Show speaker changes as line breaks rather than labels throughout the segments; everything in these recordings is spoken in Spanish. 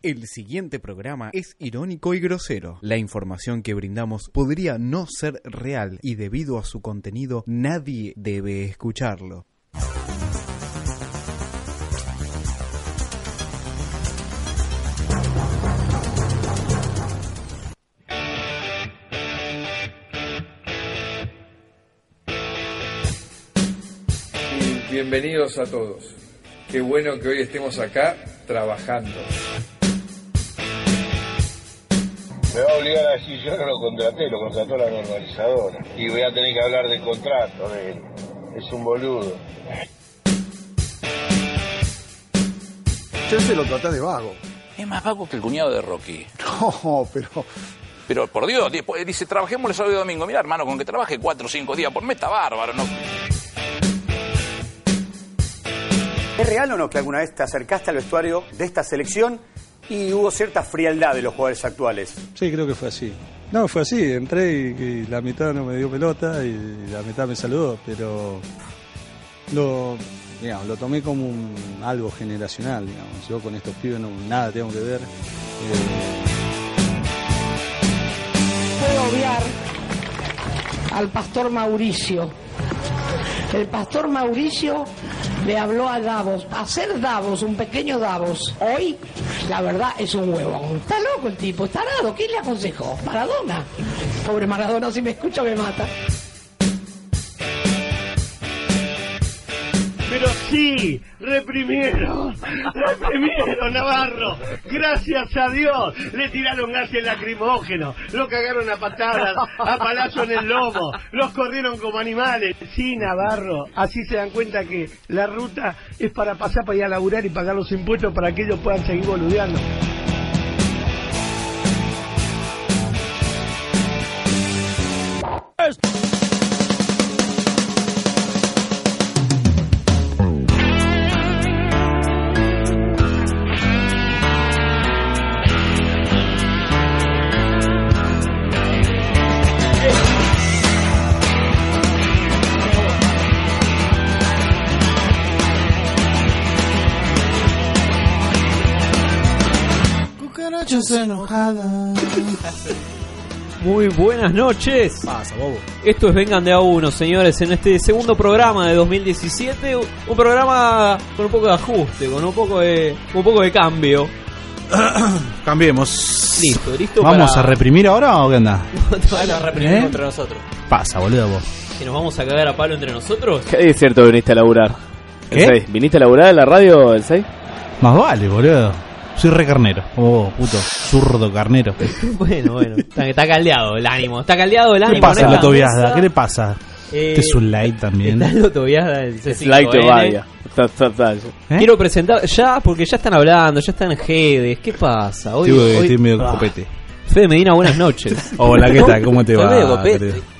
El siguiente programa es irónico y grosero. La información que brindamos podría no ser real y debido a su contenido nadie debe escucharlo.
y bienvenidos a todos. Qué bueno que hoy estemos acá trabajando.
Me va a obligar a decir, yo no lo contraté, lo contrató la normalizadora. Y voy a tener que hablar del contrato de él. Es un boludo.
Usted se lo trata de vago.
Es más vago que el cuñado de Rocky.
Oh.
No, pero
Pero por Dios, después dice, trabajemos el sábado y domingo. Mira, hermano, con que trabaje cuatro o cinco días por mes está bárbaro, ¿no?
¿Es real o no que alguna vez te acercaste al vestuario de esta selección y hubo cierta frialdad de los jugadores actuales?
Sí, creo que fue así. No, fue así, entré y, y la mitad no me dio pelota y la mitad me saludó, pero lo, digamos, lo tomé como un- algo generacional, digamos. Yo con estos pibes no, nada tengo que ver. Eh,
puedo obviar al pastor Mauricio. El pastor Mauricio le habló a Davos, hacer Davos, un pequeño Davos, hoy, la verdad, es un huevón. Está loco el tipo, está arado, ¿quién le aconsejó? Maradona. Pobre Maradona, si me escucha me mata.
Pero sí, reprimieron, reprimieron Navarro. Gracias a Dios, le tiraron gas el lacrimógeno, lo cagaron a patadas, a palazo en el lomo, los corrieron como animales. Sí, Navarro, así se dan cuenta que la ruta es para pasar para ir a laburar y pagar los impuestos para que ellos puedan seguir boludeando.
Muy buenas noches.
pasa, bobo.
Esto es Vengan de a uno, señores, en este segundo programa de 2017, un programa con un poco de ajuste, con un poco de con un poco de cambio.
Cambiemos.
Listo, listo
¿Vamos
para-
a reprimir ahora o qué onda?
Van a reprimir
¿Eh?
contra nosotros.
Pasa, boludo vos.
¿Que nos vamos a cagar a palo entre nosotros?
Es cierto que viniste a laburar. El
¿Qué?
6. ¿Viniste a laburar en la radio el 6?
Más vale, boludo. Soy re carnero. Oh, puto. Zurdo carnero. ¿Qué
bueno, bueno. Está, está caldeado el ánimo. Está caldeado el ánimo.
pasa,
¿no?
la tobiasda? ¿Qué le pasa?
Eh,
Este es un light también.
Está el Tobiasda del
Slide te
C5N.
vaya. Ta, ta, ta.
¿Eh?
Quiero presentar ya, porque ya están hablando, ya están jedes. ¿Qué pasa? Hoy,
Tuve que
hoy-
vestir medio
Ah.
copete.
Fede Medina, buenas noches.
Hola, ¿qué tal? ¿Cómo te
Soy
va?
medio copete.
querido?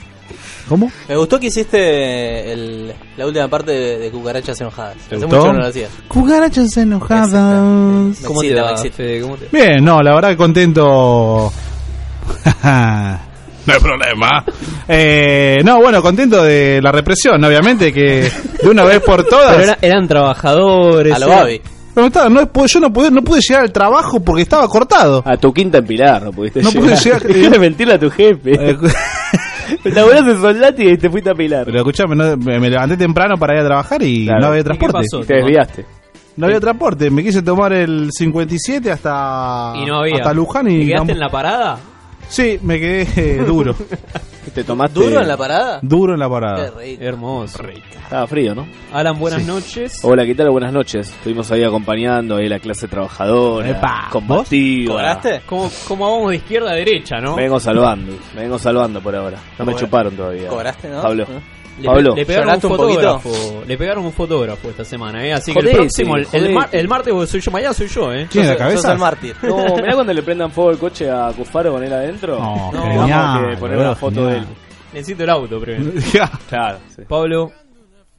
¿Cómo?
Me gustó que hiciste la última parte de, Cucarachas Enojadas.
¿Te Hace gustó? mucho no lo
hacías.
Cucarachas enojadas.
¿Cómo te
excita,
va,
me excita.
Fede? ¿Cómo te-
Bien, no, la verdad contento. no hay problema. Eh, no, bueno, contento de la represión, obviamente, que de una vez por todas.
Pero era- eran trabajadores.
A lo
era-
Babi.
Pero estaba- no pude- yo no pude, no pude llegar al trabajo porque estaba cortado.
A tu quinta en Pilar, no pudiste
No pude
llegar.
llegar.
Dejá de mentirle a tu
Eh,
jefe. Laburaste en Soldati y te fuiste a Pilar.
Pero escuchame, no- me me levanté temprano para ir a trabajar y
Claro.
no había
¿Y qué
transporte.
pasó?
Te desviaste.
No había transporte. Me quise tomar el 57 hasta,
Y no había.
hasta Luján y...
¿Te quedaste
no-
en la parada?
Sí, me quedé eh, duro.
Te tomaste.
parada?
duro en la parada.
Hermoso.
Estaba frío, ¿no?
Alan, buenas noches.
Hola, ¿qué tal? Buenas noches. Estuvimos ahí acompañando ahí la clase trabajadora.
Epa.
combativa.
Como, como vamos de izquierda a derecha, ¿no?
Me vengo salvando. Me vengo salvando por ahora. No me
Cobra-
chuparon todavía.
cobraste, ¿no?
Pablo.
Le, pe-
Pablo.
¿Eh? le pegaron un
¿lloraste un poquito?
fotógrafo. le pegaron un fotógrafo esta semana, ¿eh? Así que
Jodete,
el próximo, el, el mar-
jodete.
el martes vos soy yo, mañana soy yo, ¿eh?
¿Quién es la cabeza?
mártir.
No, mirá cuando le prendan fuego el coche a Cufaro con él adentro.
No,
Vamos
genial,
que poner una
boludo,
foto de
genial.
él.
Necesito el auto primero.
Ya.
Claro, sí.
Pablo,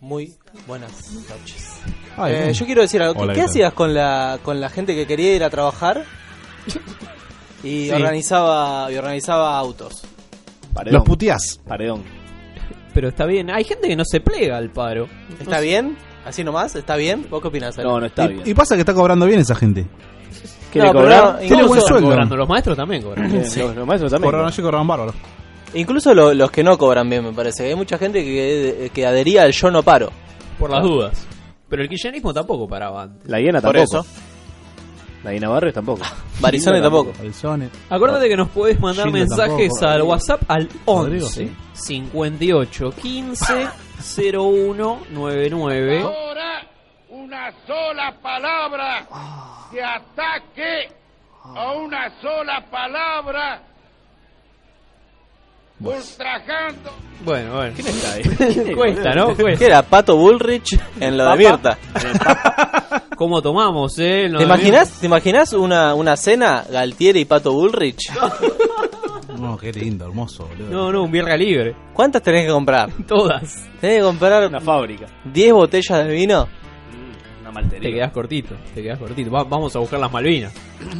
Muy buenas noches.
Ah,
Ay,
Eh,
bien.
yo quiero decir algo. ¿Qué,
Hola,
qué
¿qué tal?
hacías con la, con la gente que quería ir a trabajar y,
Sí.
organizaba, y organizaba autos?
Paredón.
Los puteás.
Paredón.
pero está bien. Hay gente que no se plega al paro.
¿Está bien? ¿Así nomás? ¿Está bien? ¿Vos qué opinás? Ale?
No, no está bien.
Y, y pasa que está cobrando bien esa gente.
que le cobraron.
Tiene buen sueldo.
cobrando? Los maestros también cobran.
Bien,
Sí.
los, los maestros también.
Cobraron
allí, cobraron bárbaro.
Incluso lo- los que no cobran bien, me parece. Hay mucha gente que, que adhería al yo no paro.
Por las dudas. Pero el kirchnerismo tampoco paraba antes.
Ah. La hiena
Por
tampoco.
eso.
La hiena Barrios tampoco.
Ah,
Barizone tampoco.
Acuérdate que nos podés mandar
Schindler
mensajes
tampoco,
al
Rodrigo.
WhatsApp al
Rodrigo,
11
sí.
58 15 01 99.
Ah.
Ahora una sola palabra de ataque a una sola palabra ultrajando.
Bueno, bueno. ¿Quién
está ahí?
Cuesta, eh. ¿no? Cuesta.
¿Qué era? Pato Bullrich en lo de
Papa.
Mirta.
¿Cómo tomamos, eh? Lo
¿Te
de-
imaginas, ¿te imaginas una, una cena Galtieri y Pato Bullrich?
No, qué lindo, hermoso, boludo.
No, no, un birra libre.
¿Cuántas tenés que comprar?
Todas.
Tenés que comprar una
fábrica.
10 botellas de vino.
Mm,
Una
Te
maltería.
quedas cortito, te quedas cortito. Va- vamos a buscar las Malvinas.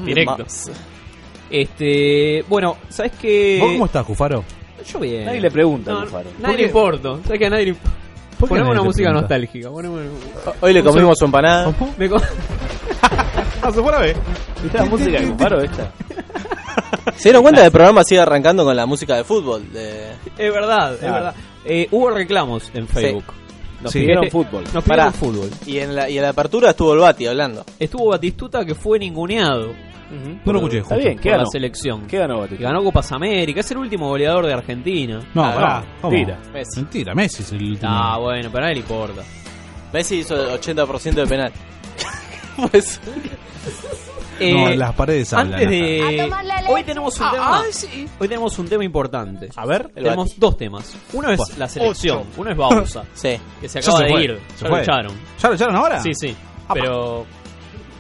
Directo.
Vamos.
Este, bueno, ¿sabes qué?
¿Vos cómo estás, Cufaro?
Yo bien.
Nadie le pregunta,
No,
Lufaro.
Nadie le importa. ¿Sabes que a nadie le imp-
¿Por qué
Ponemos
nadie
una
te
música
pregunta? Ah,
nostálgica. ponemos-
Hoy le
Un
comimos
sol-
su empanada.
Me co-
Ah, ¿Viste la música de Cufaro esta?
¿Se dieron cuenta que el programa sigue arrancando con la música de fútbol? De...
Es verdad,
Ah.
es
Claro.
verdad. Eh, hubo reclamos en Facebook.
Nos pidieron
fútbol.
Nos pidieron
Pará.
fútbol.
Y en, la, y en la apertura estuvo el Bati hablando.
Estuvo Batistuta que fue ninguneado.
No lo escuché,
Está
justo.
bien,
¿qué
por
ganó?
la selección.
¿Qué ganó
Que ganó Copas América, es el último goleador de Argentina.
No, pará. ¿cómo?
Mentira.
Messi.
Mentira, Messi es el último.
Ah, bueno, pero a nadie le importa.
Messi hizo el 80% de penal. pues,
No,
Eh,
las paredes hablan.
Antes
acá.
de... Eh, Hoy tenemos
Ah,
un tema. Hoy tenemos un tema importante. A ver, tenemos dos temas. Uno es
Bueno.
la selección, uno es Bausa,
sí.
que se
Ya
acaba
se
de
fue,
ir.
se
Ya lo
fue.
echaron.
¿Ya lo echaron ahora?
Sí, sí. Pero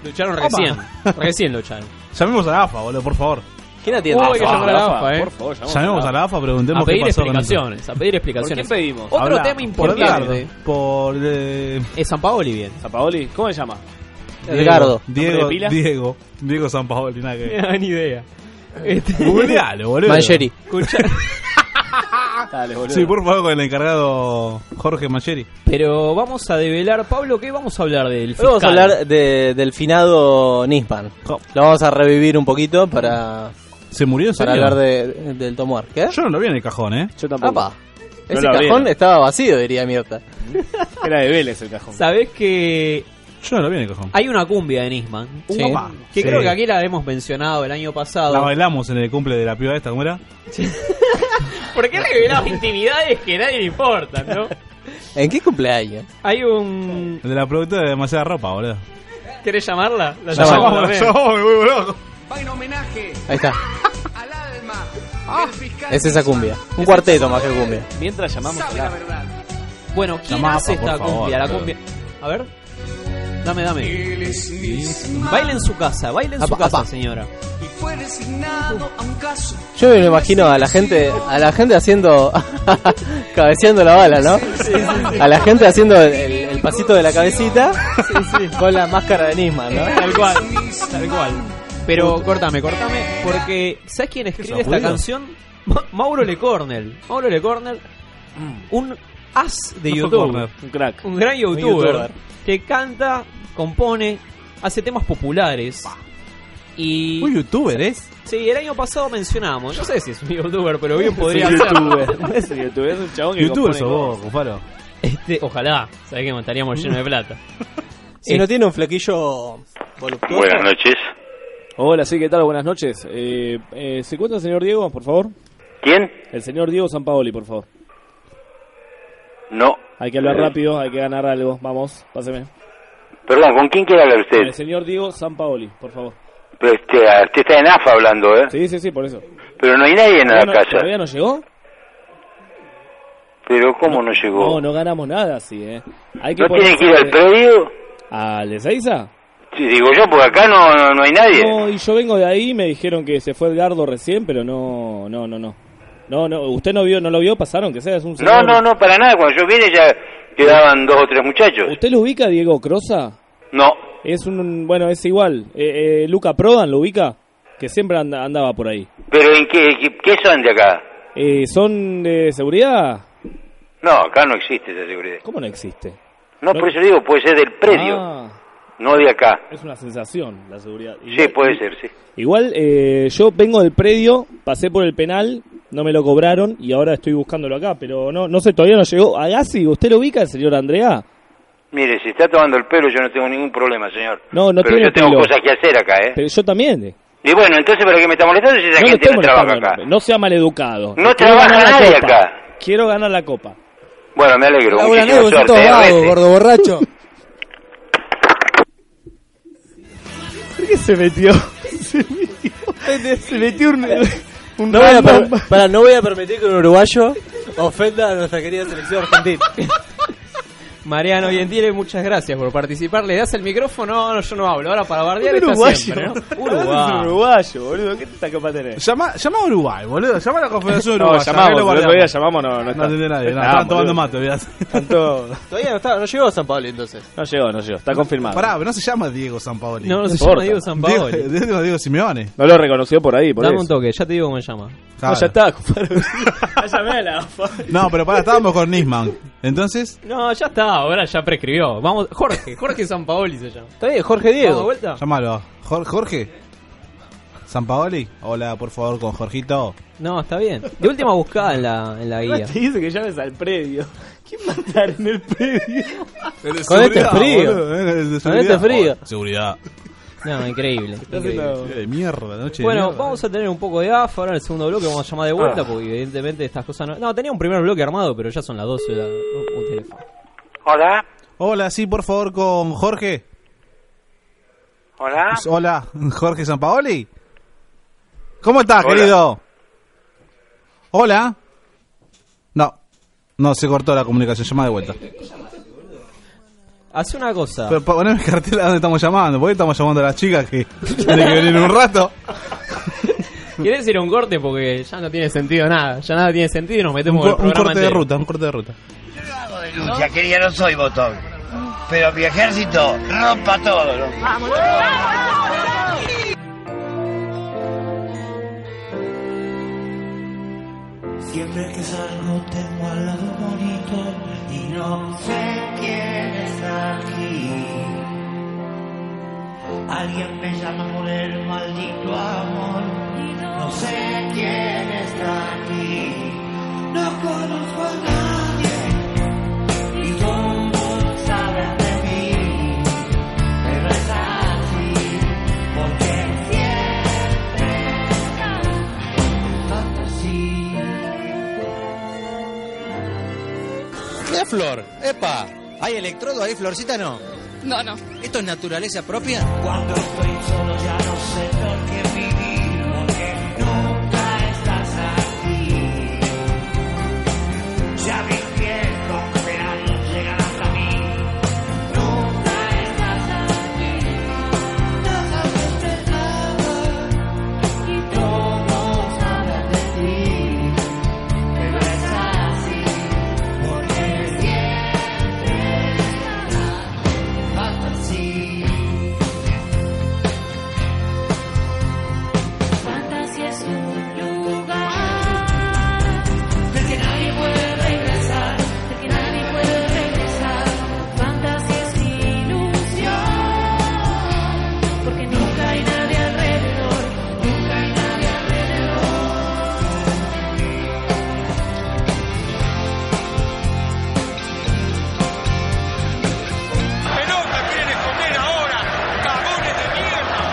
lucharon
Apa.
recién. Recién lo echaron.
Llamemos a la AFA, boludo, por favor.
¿Quién
atiende? Uy, hay que llamar a la AFA, eh.
Por favor, llamamos
Llamemos a la AFA, preguntemos
A pedir
qué pasó con eso.
explicaciones, a pedir explicaciones.
¿Por quién pedimos?
Otro
Habla-
tema
por
importante.
Edgardo,
Por... eh,
Es San Paoli bien.
¿A Paoli? ¿Cómo se llama?
Diego,
¿Nombre de pila?
Diego, Diego, Diego San Paolo, nada que ver.
ni idea. Este-
Googlealo, boludo.
Mancheri.
Escucha-
Dale, boludo.
Sí, por favor, con el encargado Jorge Macheri.
Pero vamos a develar, Pablo, ¿qué vamos a hablar del
Hoy
fiscal? Oh.
vamos a hablar de- del finado Nisman. Lo vamos a revivir un poquito para,
¿Se murió en
para
serio?
hablar de- del Tomuar. ¿Qué?
Yo no lo vi en el cajón, ¿eh?
Yo
Apa.
No
Ese
lo abrí,
cajón
¿no?
estaba vacío, diría Mirta.
Era de Vélez el cajón.
Sabés que
Yo no lo vi en el cajón.
hay una cumbia de Nisman.
Sí.
Opa. Que
Sí.
creo que aquí la hemos mencionado el año pasado.
La bailamos en el cumple de la piba esta, ¿cómo era?
¿Por qué revelamos intimidades que a nadie le importan, no?
¿En qué cumpleaños?
Hay un...
El de la productora de demasiada ropa, boludo.
¿Querés llamarla? La
La
llamamos
llamamos, la
también.
llamamos, me vuelvo loco.
Ahí está. Es esa cumbia. Un cuarteto más que cumbia.
Mientras llamamos a la AFA.
Bueno, ¿quién
Llamá,
hace
por
esta
favor,
cumbia? La
boludo.
cumbia... A ver. Dame, dame. Baila en su casa, baila en su
Apa,
casa,
apa.
señora.
Fue designado a un caso.
Yo me lo imagino a la gente, a la gente haciendo, cabeceando la bala, ¿no? A la gente haciendo el, el- el pasito de la cabecita con la máscara de Nisman, ¿no?
Tal cual, tal cual. Pero cortame, cortame, porque ¿sabes quién escribe esta
sacudido.
canción? Ma- Mauro Le Cornell. Mauro Le Cornell, un as de
No fue
YouTube,
Cornell.
Un crack.
un gran
Un
youtuber,
youtuber.
que canta, compone, hace temas populares. Y
¿Un youtuber es?
sí, el año pasado mencionamos, no sé si es un youtuber, pero bien podría
es un
ser.
youtuber. No es un youtuber, es un chabón que
Youtuber
compone
sos vos,
cosas.
Cufaro.
Este, ojalá, sabés que estaríamos llenos de plata.
Si no tiene un flequillo voluptuoso.
noches.
Hola, sí, ¿qué tal? Buenas noches. Eh, eh, ¿Se encuentra el señor Diego, por favor?
¿Quién?
El señor Diego Sampaoli, por favor.
No.
Hay que hablar
Eh.
rápido, hay que ganar algo. Vamos, páseme.
Perdón, ¿con quién quiere hablar usted?
El señor Diego Sampaoli, por favor.
Pero este, ah, usted está en AFA hablando, ¿eh?
Sí, sí, sí, por eso.
Pero no hay nadie en la
Bueno,
casa.
eh,
¿Todavía no llegó?
Pero ¿cómo no, llegó?
No, no ganamos nada, sí, ¿eh? Hay
¿No tiene
ponerse-
que ir al predio?
¿Al Ezeiza?
Sí, digo yo, porque acá no, no, no hay nadie.
No, y yo vengo de ahí, me dijeron que se fue Edgardo recién, pero no, no, no, no. No, no, usted no vio, no lo vio, pasaron, que sea, es un
No,
señor-
no, no, para nada. Cuando yo vine ya quedaban dos o tres muchachos.
¿Usted lo ubica, Diego Crosa?
No,
Es un, bueno, es igual. Eh, eh, Luca Prodan lo ubica, que siempre anda- andaba por ahí.
pero ¿en qué, qué, qué son de acá?
Eh, ¿Son de seguridad?
No, acá no existe esa seguridad.
¿Cómo no existe?
No, por eso digo, puede ser del predio.
Ah,
no de acá.
Es una sensación la seguridad.
Sí, puede ser, sí.
Igual eh, yo vengo del predio, pasé por el penal, no me lo cobraron y ahora estoy buscándolo acá, pero no no sé, todavía no llegó. Agassi, ¿usted lo ubica, el señor Andrea?
Mire, si está tomando el pelo, yo no tengo ningún problema, señor.
No, no
Pero
tiene
yo tengo
pelo.
cosas que hacer acá, ¿eh?
Pero yo también. eh.
Y bueno, entonces, ¿para qué me está molestando si esa
No, lo
gente
estoy
no trabaja
molestando,
acá?
no sea maleducado.
No
Quiero
trabaja
ganar la
nadie
copa.
acá.
Quiero ganar la copa.
Bueno, me alegro.
Laburan
Muchísima
algo, son
suerte.
todos
¿eh?
vagos,
Vete.
gordo borracho.
¿Por qué se metió?
Se metió un.
un
no, voy a
random.
per- pará, no voy a permitir que un uruguayo ofenda a nuestra querida selección argentina.
Mariano Gentile, muchas gracias por participar. Le das el micrófono, no, no, yo no hablo. Ahora para
Un
bardear está
uruguayo.
siempre, ¿no?
Es un uruguayo, boludo. ¿Qué te está capaz de tener?
Llama, llama a Uruguay, boludo. Llama a la Confederación
No,
Uruguaya.
llamamos,
que lo
el otro
guardamos.
día llamamos, no, no está.
atendía nadie, no,
Nah,
estaban tomando
boludo.
mate, olvidate.
Tanto-
Todavía no, está, no llegó a San Pablo entonces. Ah,
No llegó, no llegó. Está confirmado.
Pará, pero no se llama Diego Sampaoli.
No, no se No llama importa. Diego Sampaoli.
Diego, Diego, Diego Simeone.
No lo reconoció por ahí, por
Dame
eso.
un
toque, ya te digo cómo se llama.
Claro.
No, ya está,
No, pero pará, estábamos con Nisman. Entonces,
No, ya está, ahora ya prescribió. Vamos, Jorge, Jorge Sampaoli se llama.
Está bien, Jorge
¿Vamos de vuelta?
Llámalo. Jor- Jorge. Sampaoli. Hola, por favor, con Jorgito.
No, está bien. De última buscada en la, en la guía.
Te dice que llames al predio. ¿Quién va a estar en el predio?
Con este frío.
Con
este frío.
seguridad.
No, increíble. increíble.
De mierda, la noche
Bueno,
de mierda.
vamos a tener un poco de AF ahora en el segundo bloque. Vamos a llamar de vuelta
Ah.
porque, evidentemente, estas cosas no. No, tenía un primer bloque armado, pero ya son las 12. de la- un- un teléfono.
Hola,
Hola, sí, por favor, con Jorge. Pues,
hola.
Hola, Jorge Sampaoli. ¿Cómo estás,
Hola.
querido? Hola. No, no, se cortó la comunicación. Llama de vuelta.
Hace una cosa.
Pero pa- poneme cartela donde estamos llamando. ¿Por qué estamos llamando a las chicas que tienen que venir en un rato?
¿Quieres ir a un corte? Porque ya no tiene sentido nada. Ya nada tiene sentido y nos
Un,
metemos
cor-
en el
un
programa
corte de
entero.
ruta, un corte de ruta.
Lucha, que yo no soy botón. Pero mi ejército rompa todo, ¿no?
Siempre que salgo tengo al lado bonito y no sé quién está aquí. Alguien me llama por el maldito amor y no sé quién está aquí. No conozco a nadie y todos saben de mí, pero es así porque siempre tanto
¿Qué flor? ¡Epa! ¿Hay electrodo ahí, florcita? No.
No, no.
¿Esto es naturaleza propia?
Cuando estoy solo ya no sé por qué vivir, porque nunca estás aquí. Ya mis pies congelados llegan hasta mí. Nunca estás aquí. Nada me esperaba y todos hablan de ti. Pero es así, porque siempre falta así. Fantasía es un lugar del que nadie puede regresar, del que nadie puede regresar. Fantasía es ilusión, porque nunca hay nadie alrededor, nunca hay nadie
Pelota quieren esconder ahora, cagones de mierda.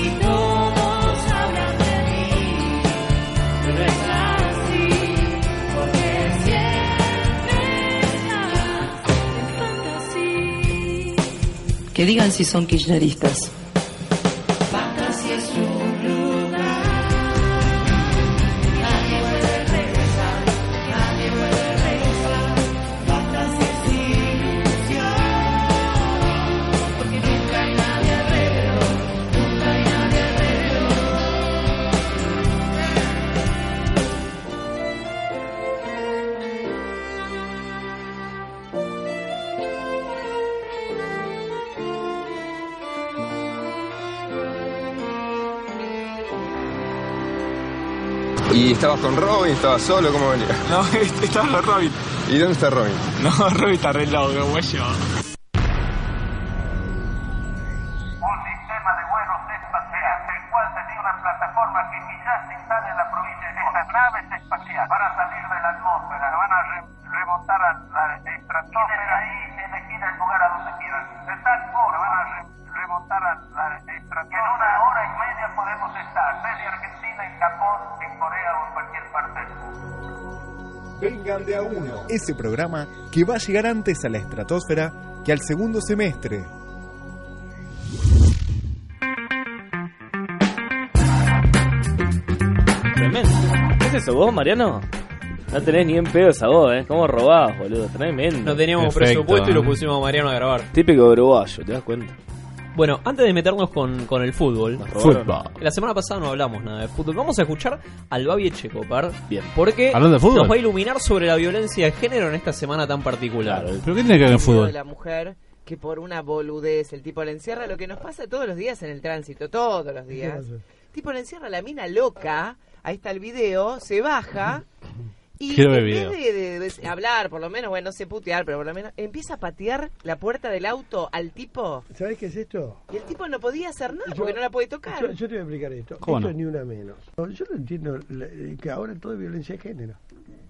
y todos hablan de mí. Pero es así, porque siempre estás en fantasía.
Que digan si son kirchneristas.
Fantasía es un lugar. Nadie puede regresar, nadie puede regresar. Fantasía es ilusión, porque nunca hay nadie alrededor, nunca hay nadie alrededor.
¿Y estabas con Robin? ¿Estabas solo? ¿Cómo venía? No, este, estaba con Robin. ¿Y dónde está Robin? No, Robin está re loco, yo.
Un sistema de vuelos espacial, el cual tenía una plataforma que quizás se instale en la provincia. Estas naves espaciales van a salir de la atmósfera, van a re- remontar a la estratosfera y desde ahí elegir el lugar a donde quieran. De tal forma van a re- remontar a la estratosfera. En una hora y media podemos estar desde Argentina, en Japón, en Corea o en cualquier parte del mundo.
Vengan de a uno. Ese programa que va a llegar antes a la estratosfera que al segundo semestre.
Tremendo. ¿Qué es eso vos, Mariano? No tenés ni en pedo esa voz, ¿eh? ¿Cómo robás, boludo? Tremendo.
No teníamos presupuesto y lo pusimos a Mariano a grabar.
Típico uruguayo, ¿te das cuenta?
Bueno, antes de meternos con, con el fútbol,
robaron. Fútbol.
la semana pasada no hablamos nada de fútbol. Vamos a escuchar al Babi Checopar. Bien. Porque
Hablando de fútbol.
nos va a iluminar sobre la violencia de género en esta semana tan particular.
¿Pero qué tiene que ver el
de
fútbol?
la mujer que por una boludez el tipo le encierra lo que nos pasa todos los días en el tránsito, todos los días. El tipo le encierra la mina loca, ahí está el video, se baja y
Quiero ver
en
video.
vez de, de- de hablar, por lo menos, bueno, no sé putear, pero por lo menos empieza a patear la puerta del auto al tipo
¿Sabés qué es esto?
y el tipo no podía hacer nada
Yo-
porque no la puede tocar.
Yo, yo te voy a explicar esto.
¿Cómo
esto
no?
es ni una menos. No, Yo no entiendo la- eh, que ahora todo es violencia de género.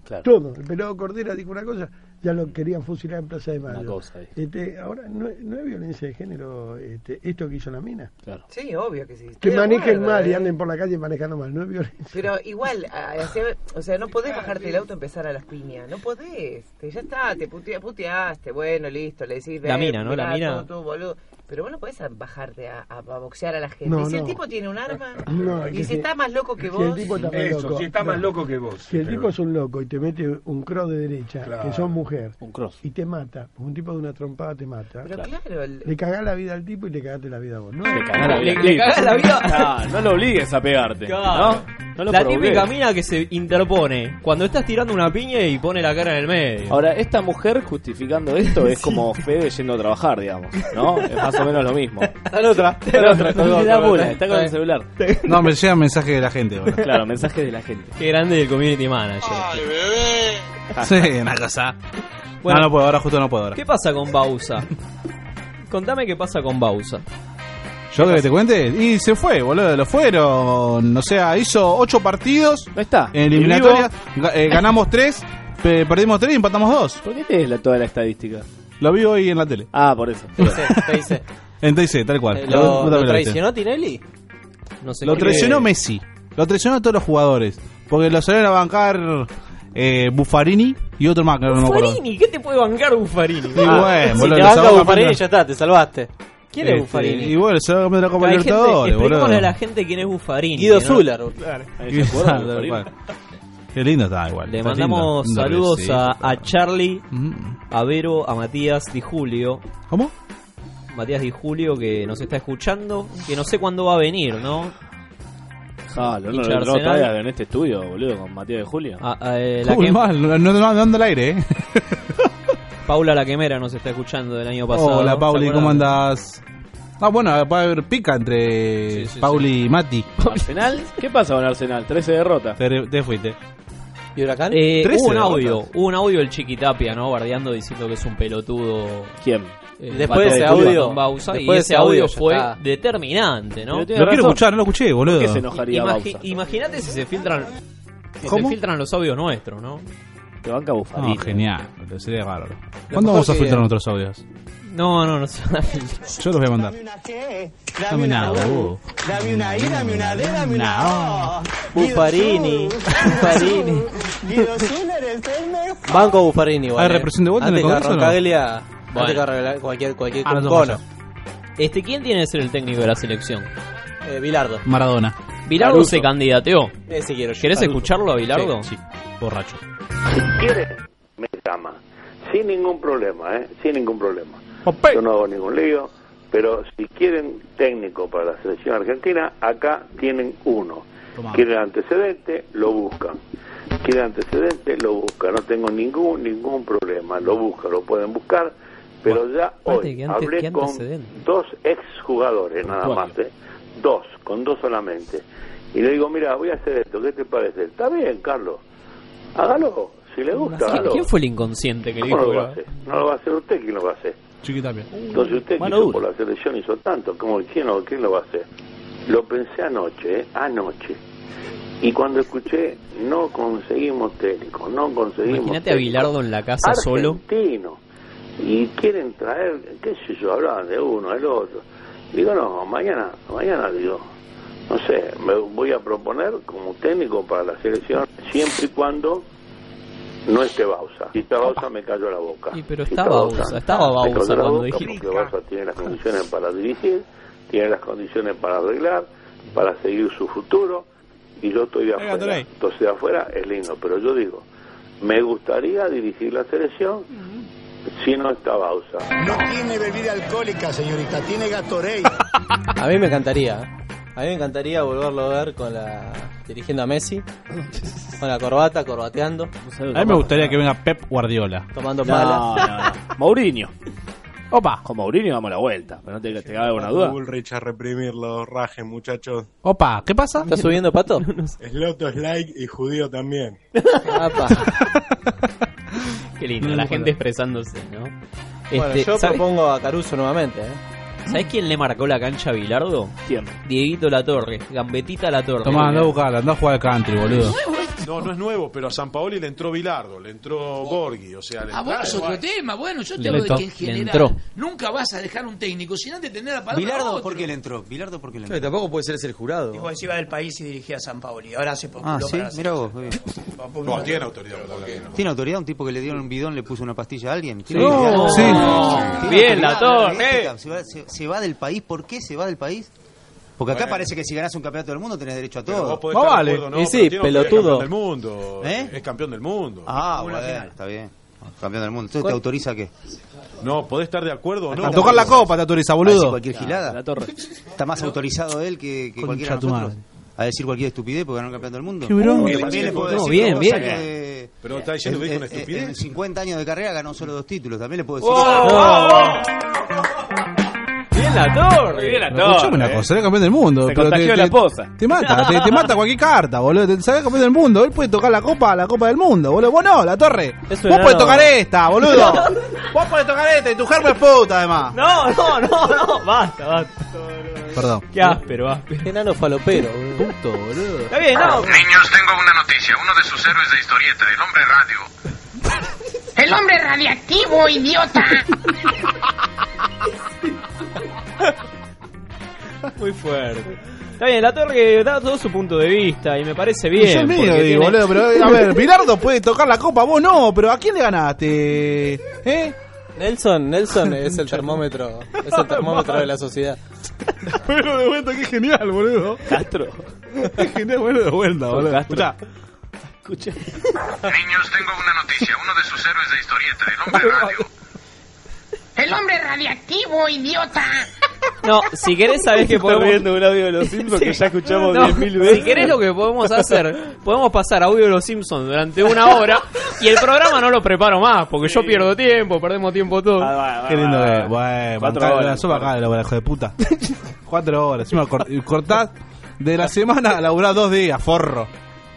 Claro.
Todo. El pelado Cordera dijo una cosa, ya lo querían fusilar en Plaza de Mayo.
Una cosa ahí.
Este, ahora no, es- no es violencia de género este, esto que hizo la mina.
Claro.
Sí, obvio que sí.
Que
Estoy de
manejen
acuerdo,
mal y
¿eh?
anden por la calle manejando mal. No es violencia.
Pero igual, a- hacia- o sea, no podés bajarte del auto y empezar a las piñas. No podés. Te- ya está, te putea- puteaste. Bueno, listo, le decís.
La
"Ven,
mina, ¿no? La
mirá,
mina.
tú, tú, boludo. Pero vos no podés a- bajarte a, a- a boxear a la gente.
No,
y si el
no.
tipo tiene un arma.
No,
y
que
si está más loco que
si
vos.
el tipo está más loco. No. Si el tipo es un loco y te mete un cross de derecha,
Claro.
que sos mujer, y te mata, un tipo de una trompada te mata.
Pero claro, el-
Le cagás la vida al tipo y le cagaste la vida a vos. No,
Le
cagás la vida. Le cagás la vida. Ah, no lo obligues a pegarte,
Claro.
¿no? No lo
la
provoques.
típica mina que se interpone cuando estás tirando una piña y pone la cara en el medio.
Ahora, esta mujer justificando esto es como Fede yendo a trabajar, digamos, ¿no? Es más o menos lo mismo. Está en otra, está en otra, colgó,
Está
colgó,
buena,
está con el
está
celular.
No, me llegan mensajes de la gente. boludo.
Claro, mensajes de la gente.
Qué grande el community manager.
Sí, una cosa.
Bueno.
no, no puedo, ahora justo no puedo. Ahora.
¿Qué pasa con Bausa? Contame qué pasa con Bausa.
¿Yo creo que te cuente? Y se fue, boludo, lo fueron. O sea, hizo ocho partidos.
está.
En eliminatorias. Ga- eh, ganamos tres, pe- perdimos tres y empatamos dos.
¿Por qué te es la, toda la estadística?
Lo vi hoy en la tele.
Ah, por eso.
En TIC, tal
Eh,
cual. La
Eh,
puta
¿Lo,
pelota.
traicionó Tinelli? No sé
Lo
qué-
traicionó Messi. Lo traicionó a todos los jugadores. Porque lo salieron a bancar eh, Buffarini y otro más, que no Ah, me acuerdo.
Buffarini, ¿qué te puede bancar Buffarini?
Y bueno, boludo,
Ah, si te
lo
banca
salvó
Buffarini,
campeón.
ya está, te salvaste.
¿Quién es
Este,
Buffarini?
Y bueno, se va a comer la Copa
Hay gente-
Libertadores, boludo.
Explicámosle a la gente quién es Buffarini.
Guido
que no-
Zular.
Guido Zular, tal cual. Qué lindo está igual.
Le
está
mandamos
lindo.
saludos
Sí.
a, a Charlie, a Vero, a Matías Di Julio.
Mm. ¿Cómo?
Matías Di Julio que nos está escuchando, que no sé cuándo va a venir, ¿no?
Jalo, no,
Hincha
no,
de
no
Arsenal.
traigas en este estudio, boludo, con Matías de Julio.
Ah, ah, eh, la
Uy,
que-
mal, no, no, no anda al aire, eh.
Paula La Quemera nos está escuchando del año pasado.
Hola,
¿se
Pauli,
acuerdan?
¿cómo andás? Ah, bueno, va a haber pica entre Pauli y Mati.
¿Arsenal? ¿Qué pasa con Arsenal? 13 derrotas.
Te, te fuiste.
¿Y Huracán?
Eh,
Trece
hubo un
derrotas.
audio, hubo un audio del Chiquitapia, ¿no? Bardeando diciendo que es un pelotudo. eh,
¿Quién?
Después de ese audio-
y
después de
ese
ese
audio
audio ya
fue
está.
determinante, ¿no?
Pero tiene Lo quiero razón. escuchar,
no lo escuché, boludo.
¿Por qué se enojaría
Imagi-
Bausa?
Imagínate si se filtran si
¿Cómo?
se filtran los audios nuestros, ¿no?
Te banca Buffarini.
No, genial, boludo, sería bárbaro.
mejor
¿Cuándo vamos a
que-
filtrar nuestros audios?
No, no, no se van a
Yo los voy a mandar. Dame una U.
Dame una I, dame una D, dame una
Ah.
O.
Buffarini. Buffarini.
Guido Zuller es el mejor.
Banco Buffarini, igual.
¿Hay
eh.
represión de vuelta en el
Antes que
Congreso o no?
Roncaglia,
Bueno.
antes que Roncaglia, cualquier, cualquier
Ah, no,
cono.
Este, ¿quién tiene que ser el técnico de la selección?
Eh, Bilardo.
Maradona.
Bilardo
Caruso.
se candidateó.
Ese quiero yo.
¿Querés
Caruso.
escucharlo a Bilardo?
Sí, borracho.
quiere, me llama. Sin ningún problema, ¿eh? Sin ningún problema. Yo no hago ningún lío, pero si quieren técnico para la selección argentina, acá tienen uno. Quieren antecedente, lo buscan. Quieren antecedente, lo buscan. No tengo ningún, ningún problema. Lo buscan, lo pueden buscar. Pero ya
Aparte,
hoy
que ante- que
hablé con
antecedente.
dos exjugadores nada más, ¿eh? dos, con dos solamente. y le digo, mira, voy a hacer esto, ¿qué te parece? Está bien, Carlos, hágalo, si le gusta, hágalo.
¿Quién fue el inconsciente que
¿Cómo
dijo?
lo va a hacer? No lo va a hacer usted, ¿quién lo va a hacer? Entonces usted
Mano
quiso
dura.
por la selección hizo tanto, como quién lo, quién lo va a hacer. Lo pensé anoche, ¿eh? anoche. Y cuando escuché, no conseguimos técnico, no conseguimos.
Imagínate a Bilardo en la casa solo.
Argentino. Y quieren traer, qué sé yo, hablaban de uno, del otro. Digo, no, mañana, mañana digo, no sé, me voy a proponer como técnico para la selección, siempre y cuando no esté Bausa. Si está Bausa, me callo la boca.
Y pero
Si
estaba Bausa, estaba
me callo
Bausa
la
cuando
boca
dijiste.
Porque Bausa tiene las condiciones para dirigir, tiene las condiciones para arreglar, para seguir su futuro, y yo estoy de afuera. Entonces, de afuera es lindo, pero yo digo, me gustaría dirigir la selección si no está Bausa.
No tiene bebida alcohólica, señorita, tiene Gatorade.
A mí me encantaría. ¿eh? A mí me encantaría volverlo a ver con la dirigiendo a Messi, con la corbata, corbateando.
A mí me gustaría que venga Pep Guardiola.
Tomando
No,
pala.
Mourinho. Opa. Con Mourinho damos la vuelta, pero no te, te cabe alguna duda.
Bullrich a reprimir los rajes, muchachos.
Opa, ¿qué pasa?
¿Está subiendo pato?
Sloto es like y judío también.
Qué lindo, la gente expresándose, ¿no?
Bueno,
Este,
yo
¿sabes,
propongo a Caruso nuevamente. ¿eh?
sabes quién le marcó la cancha a Bilardo? ¿Quién? Dieguito La Torre, Gambetita La Torre.
Tomá, anda a buscarla, anda a jugar al country, boludo.
No, no es nuevo, pero a San Paoli le entró Bilardo, le entró Borghi, o sea, le
Ah, bueno, es
entraron.
otro tema. Bueno, yo te
Le
hablo de
to-
que en
le
general
entró.
nunca vas a dejar un técnico sin antes tener la palabra.
Bilardo,
otro.
¿por qué le entró? Bilardo, ¿por qué le
Claro,
entró?
tampoco puede ser ese el jurado.
Dijo que se iba del país y dirigía a San Paoli. Ahora se postuló
Ah, sí,
para la
mira vos. muy bien.
selección.
No, tiene autoridad. para hablar.
¿Tiene autoridad un tipo que le dio un bidón, le puso una pastilla a alguien?
Sí. No, sí.
Bien, la
torre.
torre.
Se va, se- se va del país, ¿por qué se va del país? Porque acá
Bueno.
parece que si ganás un campeonato del mundo tenés derecho a
Pero
todo.
vos podés estar de acuerdo, no, pero tiene autoridad, Es campeón del mundo. eh. Es campeón del mundo.
¿Eh? Ah,
Una
bueno,
final.
está bien. Campeón del mundo. Entonces
¿Cuál?
te autoriza qué?
No, podés estar de acuerdo o no.
A tocar la copa
te autoriza,
A decir
boludo.
cualquier gilada. Ah, Está más autorizado él que, que
Concha
cualquiera de
tu
nosotros.
madre.
A decir cualquier estupidez porque ganó el campeón del mundo.
Qué bronca.
Porque
Bien,
también le puedo
bien,
decir
bien,
que
bien.
Gonzalo, eh,
Pero está diciendo que
en-
dijo
en-
una estupidez.
En 50 años de carrera ganó solo dos títulos. También le puedo decir.
¡Oh!
Bien la torre,
bien
Pero Escuchame una cosa, era campeón del mundo.
eh, Se
pero te,
contagió
te-
la posa.
te mata, te, te mata cualquier carta, boludo. Te sabes campeón del mundo. Él puede tocar la copa, la copa del mundo, boludo. Vos no, la torre.
Es un
Vos podés
enano.
tocar esta, boludo. Vos podés tocar esta
este
y tu germo es puta, además.
No, no, no, no, basta, basta.
Perdón.
Qué áspero, áspero.
Enano falopero, puto, boludo.
Está bien, no.
Niños, tengo una noticia. Uno de sus héroes de historieta, el hombre radio.
El hombre radiactivo, idiota.
Muy fuerte. Está bien, la torre da todo su punto de vista y me parece bien.
Yo el mío,
porque
digo,
tiene-
boludo. Pero, a ver, Bilardo puede tocar la copa, vos no. Pero ¿a quién le ganaste? ¿Eh?
Nelson, Nelson es el termómetro, es el termómetro de la sociedad.
Pero de vuelta, qué genial, boludo.
Castro.
Qué genial, boludo, de vuelta,
Con
boludo.
Castro.
Escuchá.
Niños, tengo una noticia. Uno de sus héroes de historieta, el hombre radio.
El hombre radiactivo, idiota.
No, si querés sabés que podemos...
viendo un audio de los Simpsons que ya escuchamos
No,
10.000 veces.
Si querés lo que podemos hacer, podemos pasar audio de los Simpsons durante una hora y el programa no lo preparo más, porque yo pierdo tiempo, perdemos tiempo todo.
Ah,
Qué lindo que es. Ah, Bueno,
Cuatro
bancá-
horas.
la sopa acá, la hora, hijo de puta. Cuatro horas. Encima cor- y cortás de la semana, laburás dos días, forro.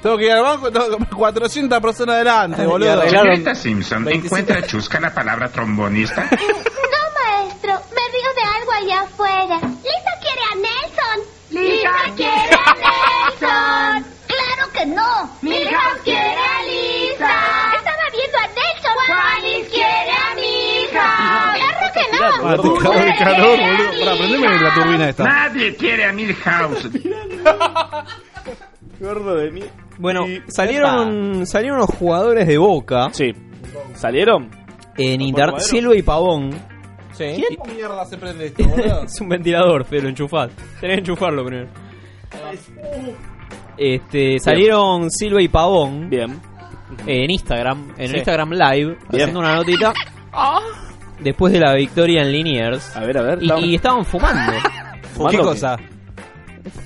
Tengo que ir al banco, tengo que comprar 400 personas adelante, Este boludo.
Señorita Simpson, ¿encuentra chusca la palabra trombonista?
No, maestro, me río de algo allá afuera. Lisa quiere a Nelson.
Lisa quiere
a Nelson. Claro que no.
Mi hija quiere a Lisa.
Estaba viendo a Nelson.
Juanis quiere a mi hija.
Claro que no.
Ah, te cago de calor, boludo. Pará, prendeme la turbina esta.
Nadie quiere a Milhouse.
Gordo de mí.
Bueno, salieron, salieron los jugadores de Boca.
Sí.
¿Salieron? En Inter...
Cuadro.
Silva y Pavón.
¿Quién mierda se prende esto, boludo?
es un ventilador, pero enchufad. Tenés que enchufarlo primero. Este, salieron Silva y Pavón. Bien. En Instagram, en
Sí.
Instagram Live,
Bien.
haciendo una notita. Después de la victoria en Liniers. A ver, a ver. Y, y estaban fumando.
¿Qué cosa?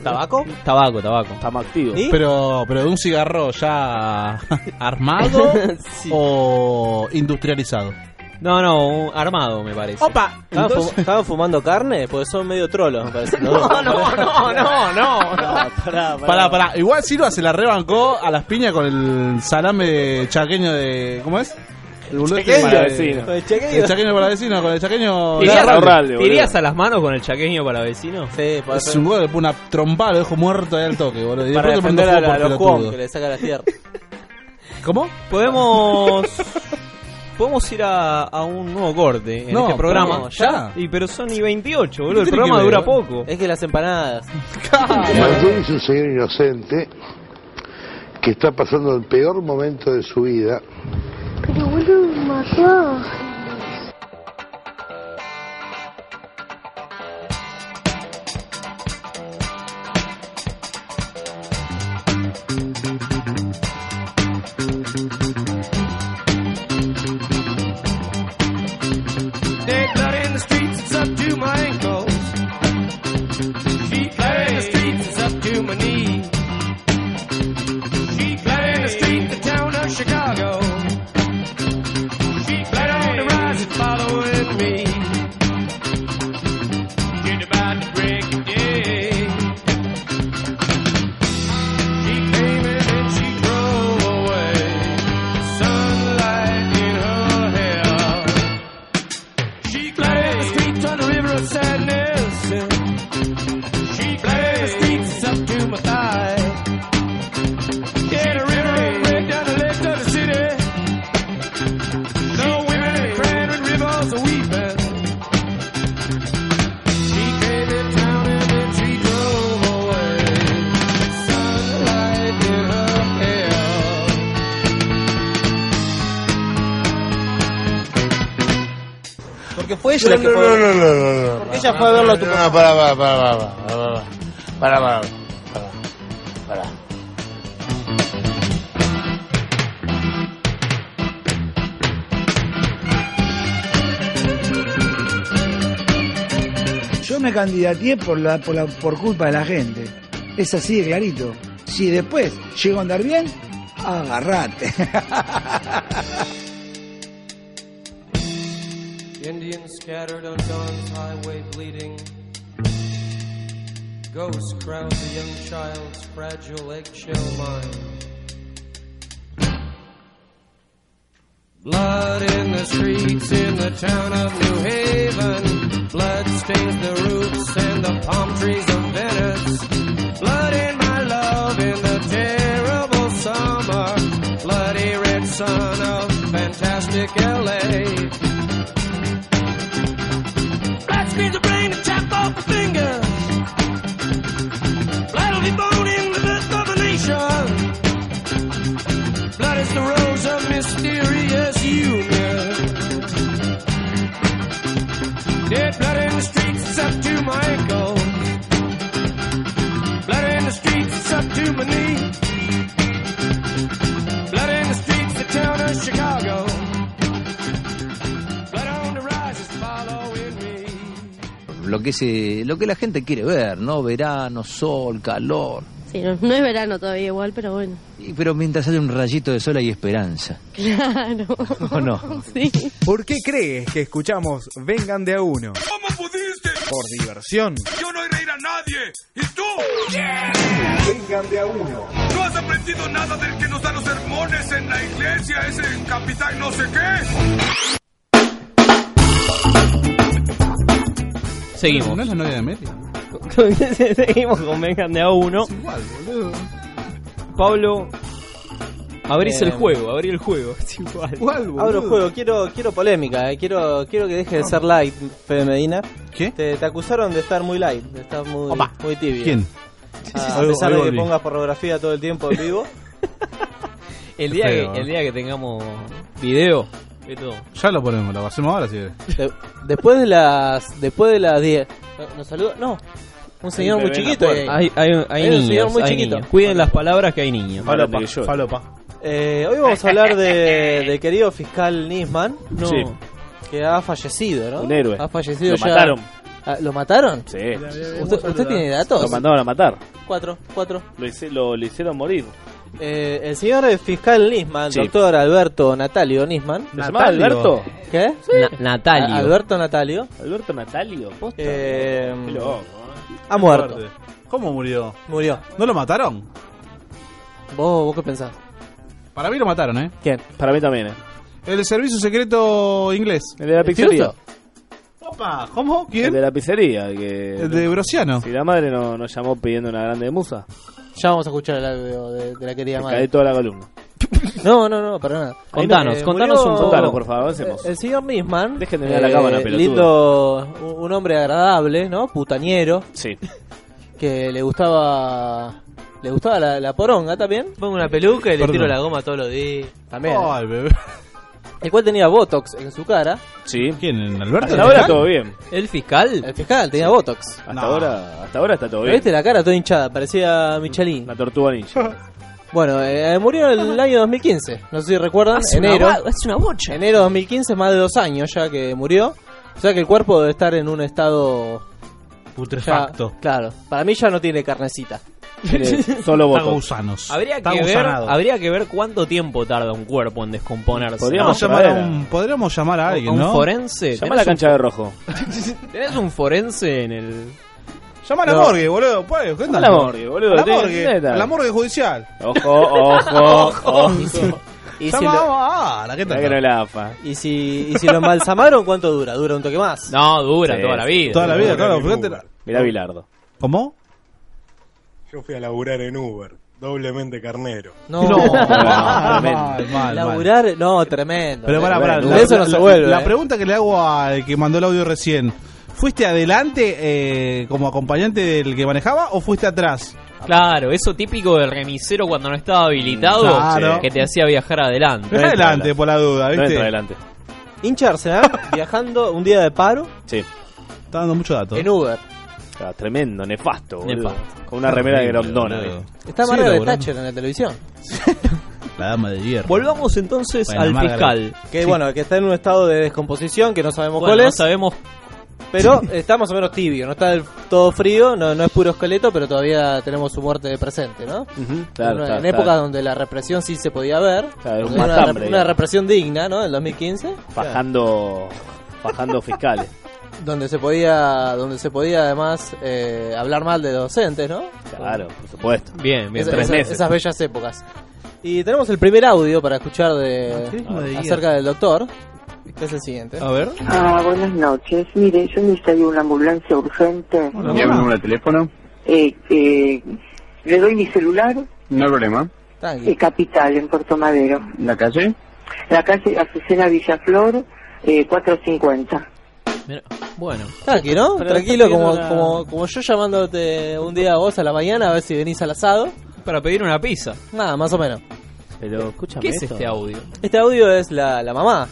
¿Tabaco? Tabaco, tabaco. Estamos activos.
Pero, pero de un cigarro ya armado o industrializado.
No, no, un armado me parece.
¡Opa! ¿Estaban, fu-
Entonces-
estaban fumando carne? Porque son medio trolos, me parece. No,
no,
Oh,
no, no, no.
pará,
Pará, pará. Igual Silva se la rebancó a las piñas con el salame chaqueño de. ¿Cómo es? El boludo este
Chaqueño.
de-
Palavecino.
El chaqueño. para vecino, con el chaqueño.
¿Te irías-
Larralde,
¿Te irías
boludo.
a las manos con el chaqueño para vecino?
Sí,
Es un gol, le pone una trompa, lo dejo muerto ahí al toque, boludo. Y
Para
después te
defender
prende
a,
fuego
la- a
por
los
pelotudo.
Juan que le saca la tierra.
¿Cómo?
Podemos. Podemos ir a, a un nuevo corte en
No,
este programa.
no, ya.
Y, pero son y 28, boludo. El
tiene
programa
que ver?
dura poco.
Es que las empanadas.
Martín es un señor inocente que está pasando el peor momento de su vida.
Pero boludo, me mató.
Dead blood in the streets, it's up to my ankles. Sheep blood in the streets, it's up to my knees. Sheep blood in the street, the town of Chicago. Sheep blood on the rise and following me. Get about the break of day. She came in and she drove away. Sunlight in her hair. She glided the streets on the river of sadness. She glided the streets up to my thigh. Yeah, the river ran down the legs of the city. No women are crying when rivers are weeping. She came in town and then she drove away. Sunlight in her hair.
Porque fue ella la que
no,
fue.
no, no, no, no, no.
Porque ella fue a verlo a tu
No, no, pará, pará, pará, pará, pará, pará, pará, pará, pará, pará.
Yo me candidateé por, la, por, la- por culpa de la gente. Es así de clarito. Si después llego a andar bien, agarrate.
Indians scattered on dawn's highway bleeding. Ghosts crowd the young child's fragile eggshell mind. Blood in the streets in the town of New Haven. Blood stains the roofs and the palm trees of Venice. Blood in my love in the terrible summer. Bloody red sun of fantastic LA. Black screens of brain to tap off a finger. Blood will be born in the birth of a nation. Blood is the rose of mysterious union. Dead blood in the streets, it's up to my ankles. Blood in the streets, it's up to my knee. Blood in the streets, the town of Chicago. Blood on the rise is following me.
Lo que, se, lo que la gente quiere ver, ¿no? Verano, sol, calor.
Sí, no, no es verano todavía igual, pero bueno.
Y- Pero mientras hay un rayito de sol hay esperanza.
Claro.
¿O no?
¿Por qué crees que escuchamos Vengan de a uno? ¿Cómo pudiste? Por diversión.
Yo no iré a ir a nadie. ¿Y tú?
Vengan de a uno.
No has aprendido nada del que nos da los sermones en la iglesia, ese capitán no sé qué.
Seguimos.
No es la novia de Meli.
Seguimos con Vengan de a uno.
Igual, boludo.
Pablo, abrís
Eh,
el juego, abrí el juego. Es igual.
Abro juego, quiero, quiero polémica, eh, quiero, quiero que deje de ser light, Fede Medina.
¿Qué?
Te, te acusaron de estar muy light, de estar muy, muy tibio.
¿Quién?
Ah,
Hoy-
a pesar
hoy
de que
volví.
pongas pornografía todo el tiempo en vivo.
El día,
Feo,
que,
eh.
el día que tengamos video, esto.
Ya lo ponemos, lo hacemos ahora si querés.
De- después de las después de las 10. ¿Nos saluda? No. Un señor muy chiquito. ahí.
Hay, hay, hay
Hay un
niños.
señor muy
hay
chiquito.
niños. Cuiden las palabras que hay niños.
Falopa, Grande que yo. Eh, hoy vamos a hablar de, del querido fiscal Nisman.
No.
Sí.
Que ha fallecido, ¿no?
Un héroe.
Ha fallecido
Lo
ya.
mataron.
Ah, ¿Lo mataron?
Sí.
¿Usted, usted tiene datos?
Lo mandaron a matar.
Cuatro, cuatro.
Lo, hice- lo- lo hicieron morir.
Eh, el señor fiscal Nisman,
Sí.
doctor Alberto Natalio Nisman.
¿Se llamaba Natalio. Alberto?
¿Qué?
Na- Natalio.
A- Alberto Natalio.
Alberto Natalio, posta.
Eh,
Qué loco,
ha muerto.
¿Cómo murió?
Murió.
¿No lo mataron?
¿Vos, vos qué pensás?
Para mí lo mataron, ¿eh?
¿Quién?
Para mí también, ¿eh?
El servicio secreto inglés.
El de la pizzería.
Opa, ¿cómo? ¿Quién?
El de la pizzería. El, que,
El de Brosiano.
Si la madre no- nos llamó pidiendo una grande de musa,
Ya vamos a escuchar el audio de, de la querida
te
madre.
cae toda la columna.
No, no, no, para nada.
Contanos, contanos un poco. Contanos, por favor, avancemos.
eh, El, el señor Nisman.
de mirar la cámara, pelotudo.
Lindo, un un hombre agradable, ¿no? Putañero.
Sí.
Que le gustaba. Le gustaba la, la poronga también. Pongo una peluca
y le tiro la
goma todos los días. También.
Ay, bebé.
El cual tenía Botox en su cara.
Sí.
¿Quién? ¿Alberto?
Hasta ahora todo bien.
¿El fiscal? El fiscal tenía Botox.
Hasta,
Ah.
ahora, hasta ahora está todo
¿Lo
bien.
viste la cara toda hinchada? Parecía Michelin.
La tortuga ninja.
Bueno, eh, murió en el año 2015. No sé si recuerdan.
Hace una
enero.
bo-
es una bocha. Enero 2015, más de dos años ya que murió. O sea que el cuerpo debe estar en un estado.
Putrefacto.
ya- claro. Para mí ya no tiene carnecita.
Solo
Está botox. gusanos.
este- Habría
Está
que, ver,
gusanado.
habría que ver cuánto tiempo tarda un cuerpo en descomponerse.
Podríamos,
¿no?
llamar a un, podríamos llamar a alguien,
un
¿no?
forense.
Llamar
Llamá a la cancha
de rojo.
¿Tenés un forense en el.
Llamar a la
No.
morgue, boludo. pues, ¿qué
A
tal?
la morgue, boludo,
A la
te- ¿qué
morgue.
tal?
A la morgue judicial.
Ojo, ojo, ojo.
Y si,
Llama
lo,
a- ah, la que
La que no la AFA.
y, si, y si lo embalsamaron, ¿cuánto dura? ¿Dura un toque más?
No, dura
Sí,
toda la
sí.
vida.
Toda la vida, claro.
Mirá,
fíjate la-
Mirá Bilardo.
¿Cómo?
Yo fui a laburar en Uber, doblemente carnero.
No, Laburar, no, tremendo.
Pero pará, pará.
De
la-
eso no
la-
se vuelve.
La
eh.
pregunta que le hago al que mandó el audio recién. ¿Fuiste adelante eh, como acompañante del que manejaba o fuiste atrás?
Claro, eso típico del remisero cuando no estaba habilitado
Claro.
que te hacía viajar adelante.
Dejá adelante por la duda,
No
¿viste?
entra
adelante.
Hincharse, ¿eh? Viajando un día de paro
Sí.
Está dando mucho dato.
en Uber.
Está Ah, tremendo, nefasto, boludo.
Nefasto.
Con una remera de
Horrible,
Grondona.
boludo.
¿viste?
Está
Sí,
Margaret
laburando.
Thatcher en la televisión.
La dama de hierro.
Volvamos entonces
Bueno,
al
Margaret.
fiscal.
Que bueno, que está en un estado de descomposición que no sabemos
Bueno,
cuál
no
es.
sabemos.
Pero está más o menos tibio, no está del todo frío, no, no es puro esqueleto, pero todavía tenemos su muerte presente, ¿no?
claro,
en una-
claro,
en
claro.
épocas donde la represión sí se podía ver,
Claro, un
una,
matambre,
una
digamos.
represión digna, ¿no? Del 2015,
Fajando, fajando fiscales.
donde se podía, donde se podía además eh, hablar mal de docentes, ¿no?
Claro, por supuesto.
Bien, bien,
Esa-
tres
esa-
meses.
Esas bellas épocas. Y tenemos el primer audio para escuchar
Ah,
de, Ah,
Autismo de
acerca del doctor, que es el siguiente.
A
ver.
Ah, buenas noches. Mire, yo necesitaría una ambulancia urgente.
¿Lleva el número de teléfono?
Eh, eh, ¿Le doy mi celular?
No hay problema.
Eh, capital, en Puerto Madero.
¿La calle?
La calle Azucena Villaflor, eh, 450.
Bueno.
Tranqui, ¿no?
Pero
Tranquilo,
está
como,
pidiendo una-
como, como yo llamándote un día a vos a la mañana a ver si venís al asado.
Para pedir una pizza.
Nada, más o menos.
Pero escúchame.
¿Qué es
esto.
este audio?
Este audio es la, la mamá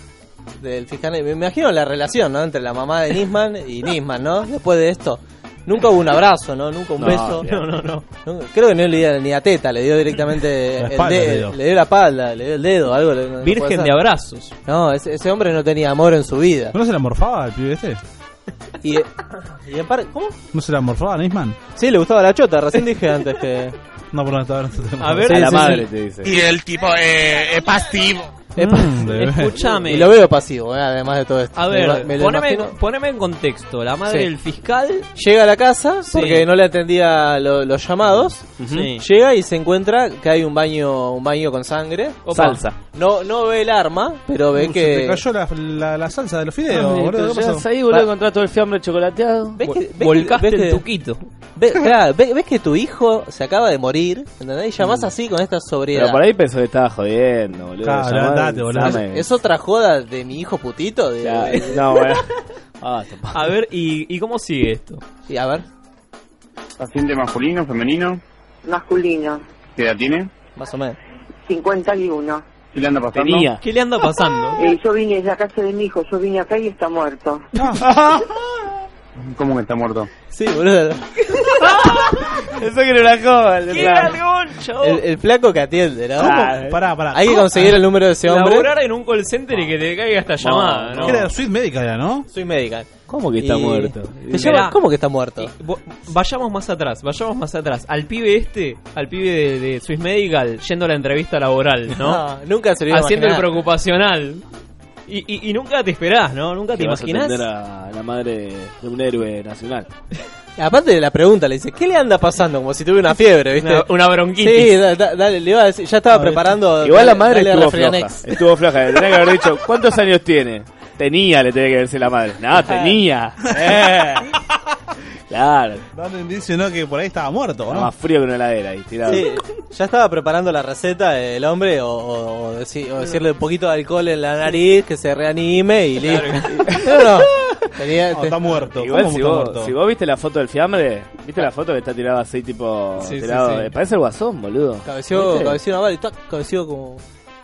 del fiscal. Me imagino la relación, ¿no? Entre la mamá de Nisman y Nisman, ¿no? Después de esto. Nunca hubo un abrazo, ¿no? Nunca un
No,
beso.
no, no, no.
Nunca- Creo que no le dio ni a teta, le dio directamente el
espalda
dedo.
le dio.
Le dio la espalda, le dio el dedo, algo. le- no puede
Virgen
ser.
de abrazos.
No, ese, ese hombre no tenía amor en su vida.
¿No se la morfaba el pibe este?
Y, eh, y en par- ¿Cómo?
¿No se la morfaba Nisman?
Sí, le gustaba la chota, recién dije antes que.
No, por no estaba
A ver,
Sí,
a la
sí,
madre
sí.
te dice.
Y el tipo eh, es pasivo.
Mm,
Escúchame.
Y lo veo pasivo, eh, además de todo esto.
A
Me
ver,
lo- me lo
poneme,
imagino-
poneme en contexto. La madre
Sí.
del fiscal.
Llega a la casa
Sí.
porque no le atendía lo- los llamados.
Sí.
Llega y se encuentra que hay un baño, un baño con sangre. Opa.
Salsa.
No, no ve el arma, pero ve
Uh,
que.
Se te cayó la, la, la salsa de los fideos,
Ah,
boludo.
pero
¿Qué
llegás
pasó?
ahí, boludo,
Va-
encontrás todo el fiambre chocolateado.
¿Ves que, ves
Volcaste
que- ves
el
que-
tuquito.
ve- claro, ve- ves que tu hijo se acaba de morir, ¿entendés? Y llamás así con esta sobriedad.
Mm. Pero por ahí pensó que estaba jodiendo, boludo.
Claro,
Llamá,
andate, boludo.
llamame.
¿Es otra joda de mi hijo putito? De-
Ya, No, bueno. Ah,
A ver, ¿y, y cómo sigue esto?
Sí, a ver.
Paciente masculino, femenino.
Masculino,
¿Qué edad tiene?
Más o menos.
51.
¿Qué le anda pasando?
¿Qué le anda pasando?
Eh, yo vine, es la casa de mi hijo, yo vine acá y está muerto.
¿Cómo que está muerto?
Sí, boludo.
Eso que no la joda.
¿Qué era el El, el flaco que atiende, ¿no?
Ah, ¿eh?
¿Cómo? Pará, pará.
Hay que
¿Cómo?
conseguir el número de ese hombre.
Laborar en un call center y que te caiga esta llamada, ¿no?
¿Qué era? Suite médica era, ¿no?
Soy médica.
¿Cómo que está muerto?
Te lleva-
Mirá.
¿Cómo que está muerto?
Vo- Vayamos más atrás, vayamos más atrás. Al pibe este, al pibe de, de Swiss Medical, yendo a la entrevista laboral, ¿no?
No, nunca se lo iba a
Haciendo el
imaginar.
preocupacional. Y, y- y nunca te esperás, ¿no? Nunca te
Que vas a
imaginás.
atender a la madre de un héroe nacional.
Aparte de la pregunta, le dice, ¿qué le anda pasando? Como si tuviera una fiebre, ¿viste?
Una- una bronquitis.
Sí, da- da- dale, le iba a decir, ya estaba preparando.
Ah, Igual la
dale-
madre
dale a
estuvo floja.
Refrianex.
Estuvo floja. Le tenía que haber dicho, ¿cuántos años tiene? Tenía, le tenía que decir la madre. No, tenía. Eh. Claro.
Dan un indicio, ¿no? Que por ahí estaba muerto, ¿no?
Está más frío que una heladera ahí, tirado.
Sí, ya estaba preparando la receta el hombre o, o- o deci- o decirle un poquito de alcohol en la nariz que se reanime y listo. No, no. Tenía-
No, está muerto.
Igual
¿Cómo
si
está
vos,
muerto?
si vos viste la foto del fiambre, viste la foto que está tirado así tipo
Sí, sí,
tirado,
sí.
eh, parece el guasón, boludo.
Cabeció,
¿Viste?
cabeció una bala y tac, cabeció como,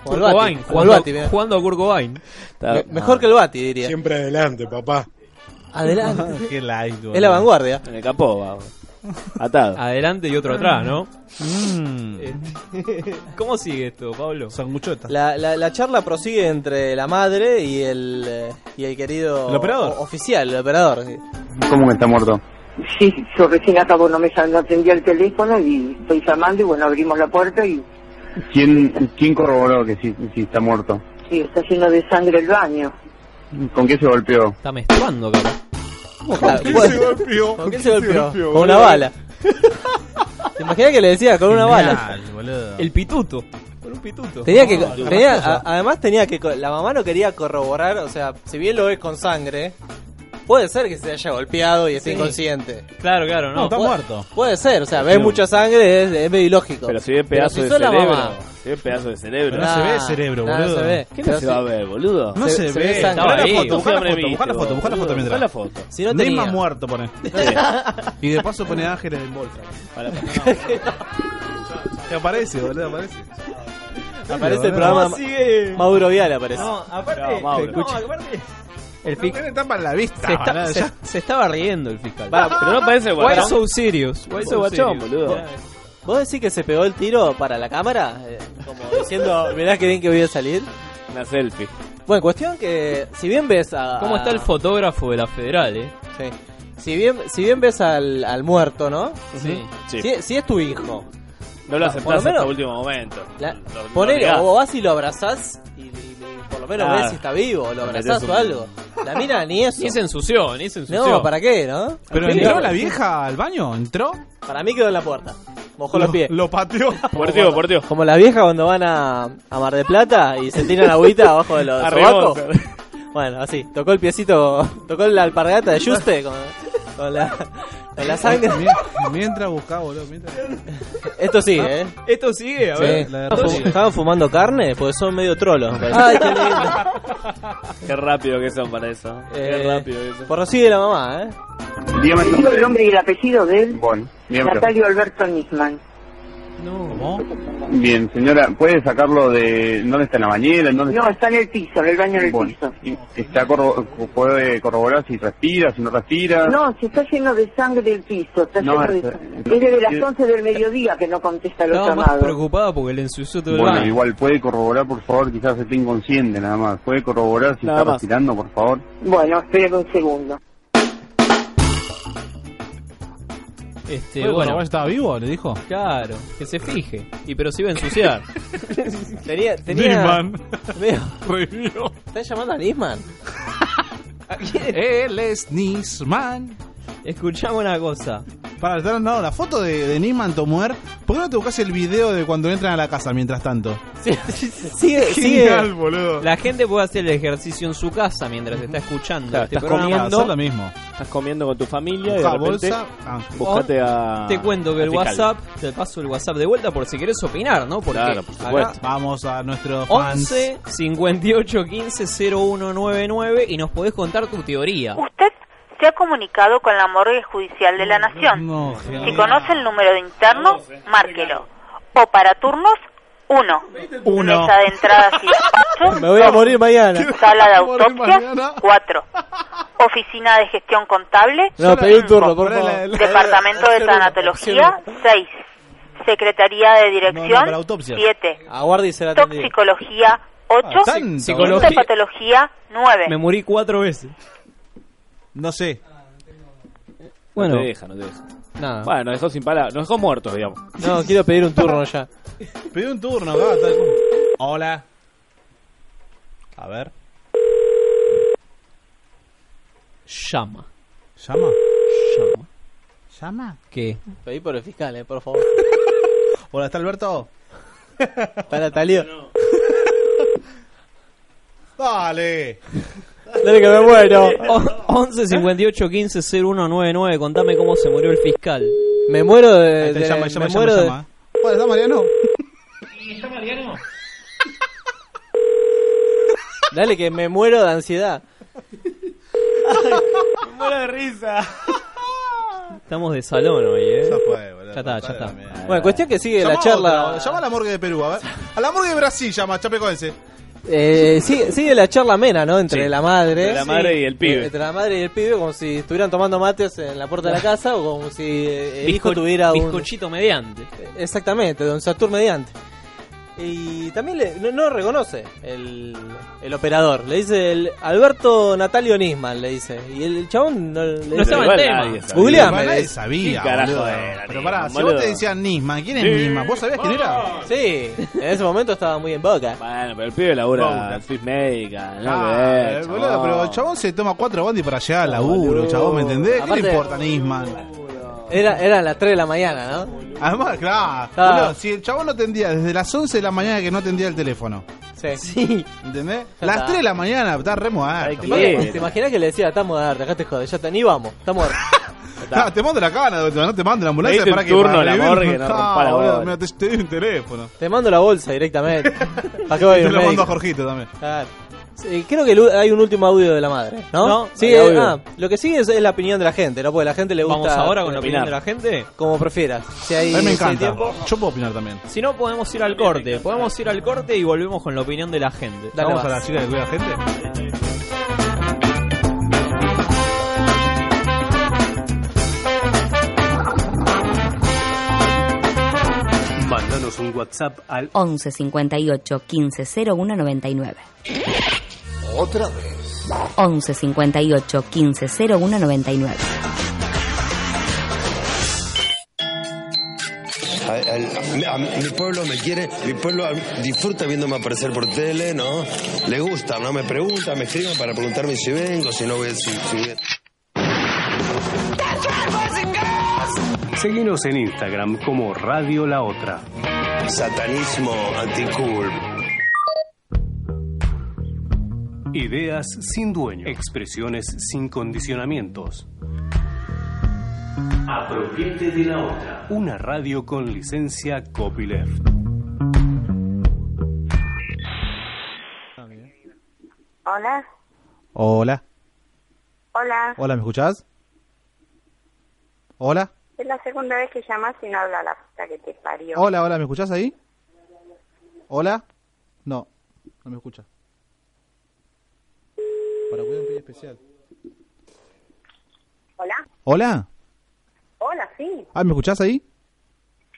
como
Kurt
el Bati.
Cobain,
como el
jugando,
Bati, mirá.
jugando a Kurt Cobain.
Me- mejor que el Bati, diría.
Siempre adelante, papá.
Adelante.
Qué light,
Es la vanguardia.
En el capó, va. Atado.
Adelante y otro atrás, ¿no?
Mm.
Mm.
Este, ¿Cómo sigue esto, Pablo?
Son muchotas.
La, la- la charla prosigue entre la madre y el, eh, y el querido
¿El operador?
o- oficial, el operador.
¿Cómo que está muerto?
Sí, yo recién acabo, no me sal- no atendía el teléfono y estoy llamando y bueno, abrimos la puerta y
¿Quién, quién corroboró que sí, sí está muerto?
sí, está lleno de sangre el baño.
¿Con qué se golpeó?
Está menstruando, cabrón.
Ah,
qué
bueno.
se golpeó?
¿Con qué
¿Con
se
qué se
golpeó?
golpeó,
Con una
boludo?
bala. ¿Te imaginas que le decía con una bala?
El pituto. Con un pituto.
Tenía
Ah,
que,
No,
tenía,
la-
a- además tenía que, co- la mamá no quería corroborar, o sea, si bien lo ves con sangre, puede ser que se haya golpeado y esté
Sí.
inconsciente.
Claro, claro, no.
puede,
muerto.
Puede ser, o sea, ves mucha sangre, es, es medio ilógico.
Pero si ve pedazo
si
de
sos la
cerebro.
mamá,
Si ve pedazo de cerebro.
Pero no se ve cerebro, no, no boludo. se ve.
¿Qué no
Pero
se va a
sí.
ver, boludo?
No se ve,
sangre.
estaba
Buscá
ahí.
foto, buscá
Buscá la
foto,
foto,
Busca la foto, busca la foto mientras.
Buscá la foto.
Si no
Neymar
tenía.
muerto, pone. Y de paso pone a Ángel en el bolso. Te aparece, boludo, aparece.
Aparece el
boludo.
programa
¿Cómo
Ma- Mauro Vial aparece.
No, aparte, no, aparte- el
No
fiscal.
tiene tan para la vista.
Se, está-
boludo,
se-
ya.
se estaba riendo el fiscal.
Va, pero no parece
Why
guachón.
so serious? Why so
Guachón,
serious?
boludo.
Mirá,
¿Vos decís que se pegó el tiro para la cámara? Eh, como diciendo, mirá qué bien que voy a salir.
Una selfie.
Bueno, cuestión que si bien ves a...
¿Cómo está el fotógrafo de la federal, eh?
Sí. Si bien, si bien ves al, al muerto, ¿no?
Sí.
Sí.
Si, si es tu hijo.
No lo
Ah, por lo
aceptás
menos-
hasta último momento.
La-
Lo- lo
Ponele,
negás.
o vas y lo abrazás y, y- y por lo menos
Ah.
ves si está vivo,
Le
lo
metés
abrazás
un-
o algo. La mina ni eso.
Ni se ensució, ni se ensució.
No, ¿para qué, no?
Pero
Al fin,
entró
no.
la vieja al baño, entró.
Para mí quedó en la puerta. Mojó los
Lo-
pies.
Lo pateó.
Porteo, porteo.
Como las viejas cuando van a, a Mar de Plata y se tiran agüita abajo de los
A
sobacos.
rebote.
Bueno, así, tocó el piecito, tocó la alpargata de Juste con, con la, con la sangre.
Mien- Mientras buscaba, boludo. Mientras... Ah.
Esto sí, ¿eh?
Esto sigue, a ver.
Sí.
la de
Fu-
Rosario.
Estaban fumando carne porque son medio trolos. me parece.
Qué rápido que son para eso. Qué
Eh,
rápido que son.
Por así de la mamá, ¿eh?
Dígame
Digo el nombre y el apellido de él,
Bueno, bien, pero-
Natalio Alberto Nisman.
bien, señora, ¿puede sacarlo de dónde está en la bañera? ¿En dónde
No, está en el piso, en el baño en el
Bueno.
piso.
está corro- puede corroborar si respira, si no respira?
No, se está lleno de sangre el piso, está
No,
lleno de
está-
sangre. Es desde las 11 del mediodía que no contesta los
Estaba más
llamados.
preocupada porque le ensució todo el
Bueno,
baño.
igual puede corroborar, por favor, quizás esté inconsciente nada más. ¿Puede corroborar si
Nada
está
más.
respirando, por favor?
Bueno, esperen un segundo.
Este,
Oye,
bueno,
Coroballo estaba vivo, le dijo.
claro, que se fije. Y pero se iba a ensuciar.
Tenía. tenía
Nisman.
Veo.
Revivió.
¿Estás llamando a Nisman?
Él es Nisman.
Escuchame una cosa.
Para, te han dado la foto de, de Nisman Tomuer. ¿Por qué no te buscas el video de cuando entran a la casa mientras tanto?
Sigue, sigue.
Genial, boludo.
La gente puede hacer el ejercicio en su casa mientras está escuchando
Claro,
este
estás
programa.
Ah, son lo mismo.
Estás comiendo con tu familia y de
Hoja,
repente
bolsa. Ah.
buscate a...
Oh, Te cuento que el
al fiscal.
WhatsApp, te paso el WhatsApp de vuelta por si querés opinar, ¿no? Porque
Claro, por
acá
supuesto.
Vamos a nuestro fans.
11 58 15 0199 y nos podés contar tu teoría.
Usted se ha comunicado con la morgue judicial de la Nación.
No,
Si conoce el número de interno, márquelo. O para turnos, uno.
Uno.
Mesa de entradas y despachos,
Me voy a morir mañana.
Sala de
Me voy a morir
autopsias,
mañana.
cuatro. Oficina de gestión contable,
No, pedí un turno, por favor.
Departamento de Tanatología, seis. Secretaría
No,
de
no, para Ah,
Dirección,
autopsia.
siete.
Aguarde y será atendido.
Toxicología,
Ah,
ocho.
tanto,
Psicología, nueve.
Me morí cuatro veces.
No sé.
Bueno.
Bueno.
No te deja, no te deja.
Nada.
Bueno, nos dejó sin palabras. Nos dejó muertos, digamos.
No, quiero pedir un turno ya.
Pedí un turno, va, tal- Hola. A ver.
Llama.
¿Llama?
Llama.
¿Llama?
¿Qué?
Pedí por el fiscal, eh, por favor.
Hola, ¿está Alberto?
Para Talío.
Dale.
Dale que me muero. 11 58 15 0199. Contame cómo se murió el fiscal.
Me muero
Ahí
de.
te
de-
llama,
me
llama, llama,
muero de-
llama,
Hola, ¿está Mariano?
¿Está Mariano?
Dale que me muero de ansiedad.
Me muero de risa.
Estamos de salón hoy, eh. Ya
fue,
Ya está, ya está.
Bueno, cuestión que sigue
Llama
la charla.
otra, llama a la morgue de Perú, a ver. A la morgue de Brasil llama, chapecoense.
Eh, sigue, sigue la charla amena, ¿no? Entre
Sí.
la madre.
Entre la madre y el pibe.
Entre la madre y el pibe, como si estuvieran tomando mates en la puerta de la casa o como si eh, el hijo
Bizco-
tuviera un.
bizcochito mediante.
Exactamente, don Satur mediante. Y también le- no, no reconoce el, el operador. Le dice el Alberto Natalio Nisman, le dice. Y el chabón no, le
No estaba en Igual tema. nadie sabía.
Googleame.
Igual nadie
le-
sabía, boludo. Pero pará, si vos te decían Nisman, ¿quién es
Sí.
Nisman? ¿Vos sabías quién era?
Sí, en ese momento estaba muy en boca.
Bueno, pero el pibe labura en Swiss Medical. No,
Ah,
que ver,
eh, boludo,
chabón.
pero el chabón se toma cuatro bandis para llegar al laburo, chabón, ¿me entendés? ¿Qué le
Aparte-
importa Nisman?
Era, era las 3 de la mañana, ¿no?
Además, claro,
Ah.
boludo, si el chabón no atendía desde las 11 de la mañana que no atendía el teléfono.
Sí.
¿Entendés?
Ya
Las
está.
3 de la mañana, está re muerto.
Aparte, ¿Te imaginas que le decía, estamos de arte, acá te jode, ya está, ni vamos, estamos de
Ah, te mando la cana, doctor, no te mando la ambulancia
Pediste
para
un
que
turno
para
a la
revivir-
morgue, no rompa la
Ah, boludo,
bola.
mira, te, te di un teléfono.
Te mando la bolsa directamente. ¿Para qué va a
Te
ir
lo
un
mando
médico?
a Jorgito también.
Claro. Sí, creo que el u- hay un último audio de la madre, ¿no?
No,
sí,
hay
eh,
audio.
ah, lo que sigue es, es la opinión de la gente, ¿no? Porque la gente le gusta.
Vamos ahora con la opinión de la gente.
Como prefieras. Si hay,
A mí me
si hay
encanta.
tiempo.
Ah, Yo puedo opinar también.
Si no, podemos ir al corte. Podemos ir al corte y volvemos con la opinión de la gente.
Dale, Vamos vas. a la chica que cuida gente.
Mándanos un WhatsApp al 11 58 15 01 99.
Otra vez.
11 58 15 01 99.
A, a- a- a- mi pueblo me quiere, mi pueblo a- disfruta viéndome aparecer por tele, ¿no? Le gusta, ¿no? Me pregunta, me escriben para preguntarme si vengo, si no voy, si, si-
Seguinos en Instagram como Radio La Otra.
Satanismo anticool.
Ideas sin dueño. Expresiones sin condicionamientos. Apropiate de la otra. Una radio con licencia copyleft.
Hola,
Hola.
hola.
Hola, ¿me escuchás? Hola.
Es la segunda vez que llamas y no habla la puta que te parió.
Hola, hola, ¿me escuchás ahí? Hola. No, no me escucha. Para cuidar un pibe especial.
Hola,
Hola.
hola, sí.
Ah, ¿me escuchás ahí?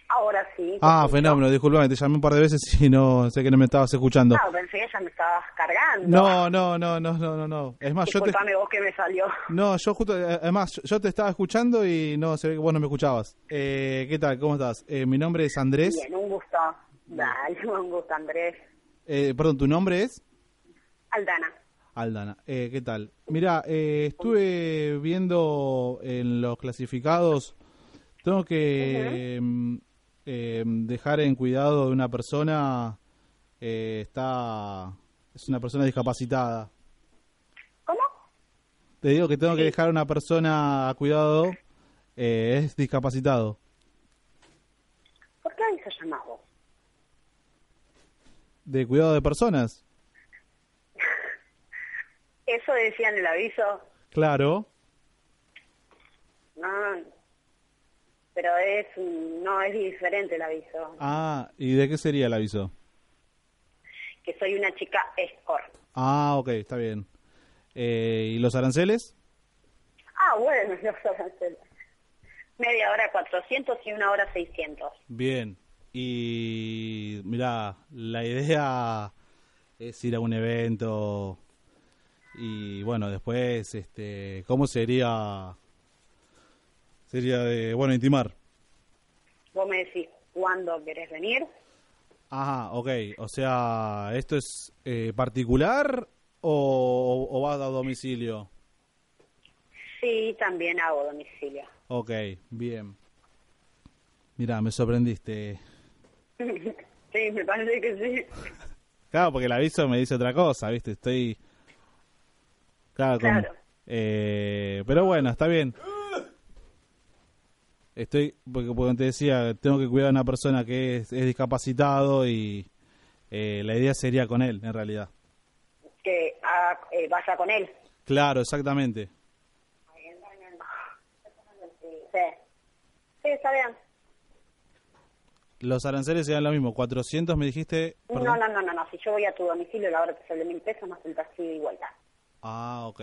Ahora sí.
Ah, fenómeno, disculpame, te llamé un par de veces y no sé que no me estabas escuchando.
No, pensé que ya me estabas cargando.
No, no, no, no, no, no, no. Es más, yo te
Disculpame vos que me salió.
No, yo justo eh, además yo- yo te estaba escuchando y no se ve que vos no me escuchabas. Eh, ¿qué tal? ¿Cómo estás? Eh, mi nombre es Andrés.
Bien, un gusto. Dale, un gusto, Andrés.
Eh, perdón, tu nombre es
Aldana.
Aldana. Eh, ¿qué tal? Mira, estuve viendo en los clasificados. Tengo que em, em, dejar en cuidado de una persona. eh, está. Es una persona discapacitada.
¿Cómo?
Te digo que tengo que dejar a una persona a cuidado. eh, es discapacitado.
¿Por qué ahí se llamas vos?
¿De cuidado de personas?
Eso decía en el aviso.
Claro.
No, pero es un- no es diferente el aviso.
Ah, ¿y de qué sería el aviso?
Que soy una chica escort.
Ah, ok, está bien. Eh, ¿Y los aranceles?
Ah, bueno, los aranceles. Media hora 400 y una hora 600.
Bien. Y mira, la idea es ir a un evento Y bueno, después, este, ¿cómo sería? Sería de, bueno, intimar.
Vos me decís, ¿cuándo querés venir?
Ajá, ok. O sea, ¿esto es eh, particular o, o vas a domicilio?
Sí, también hago domicilio.
Ok, bien. Mira, me sorprendiste.
sí, me parece que sí.
Claro, porque el aviso me dice otra cosa, ¿viste? Estoy... Claro. con-
Claro.
Eh, pero bueno, está bien. Estoy, porque, porque te decía, tengo que cuidar a una persona que es, es discapacitado y eh, la idea sería con él, en realidad.
Que ah, eh, vaya con él.
Claro, exactamente.
Sí. Sí, está bien.
Los aranceles serían lo mismo, 400 me dijiste...
No,
perdón.
no, no, no, no. Si yo voy a tu domicilio, la hora que sale mil pesos más el taxi y vuelta.
Ah, ok.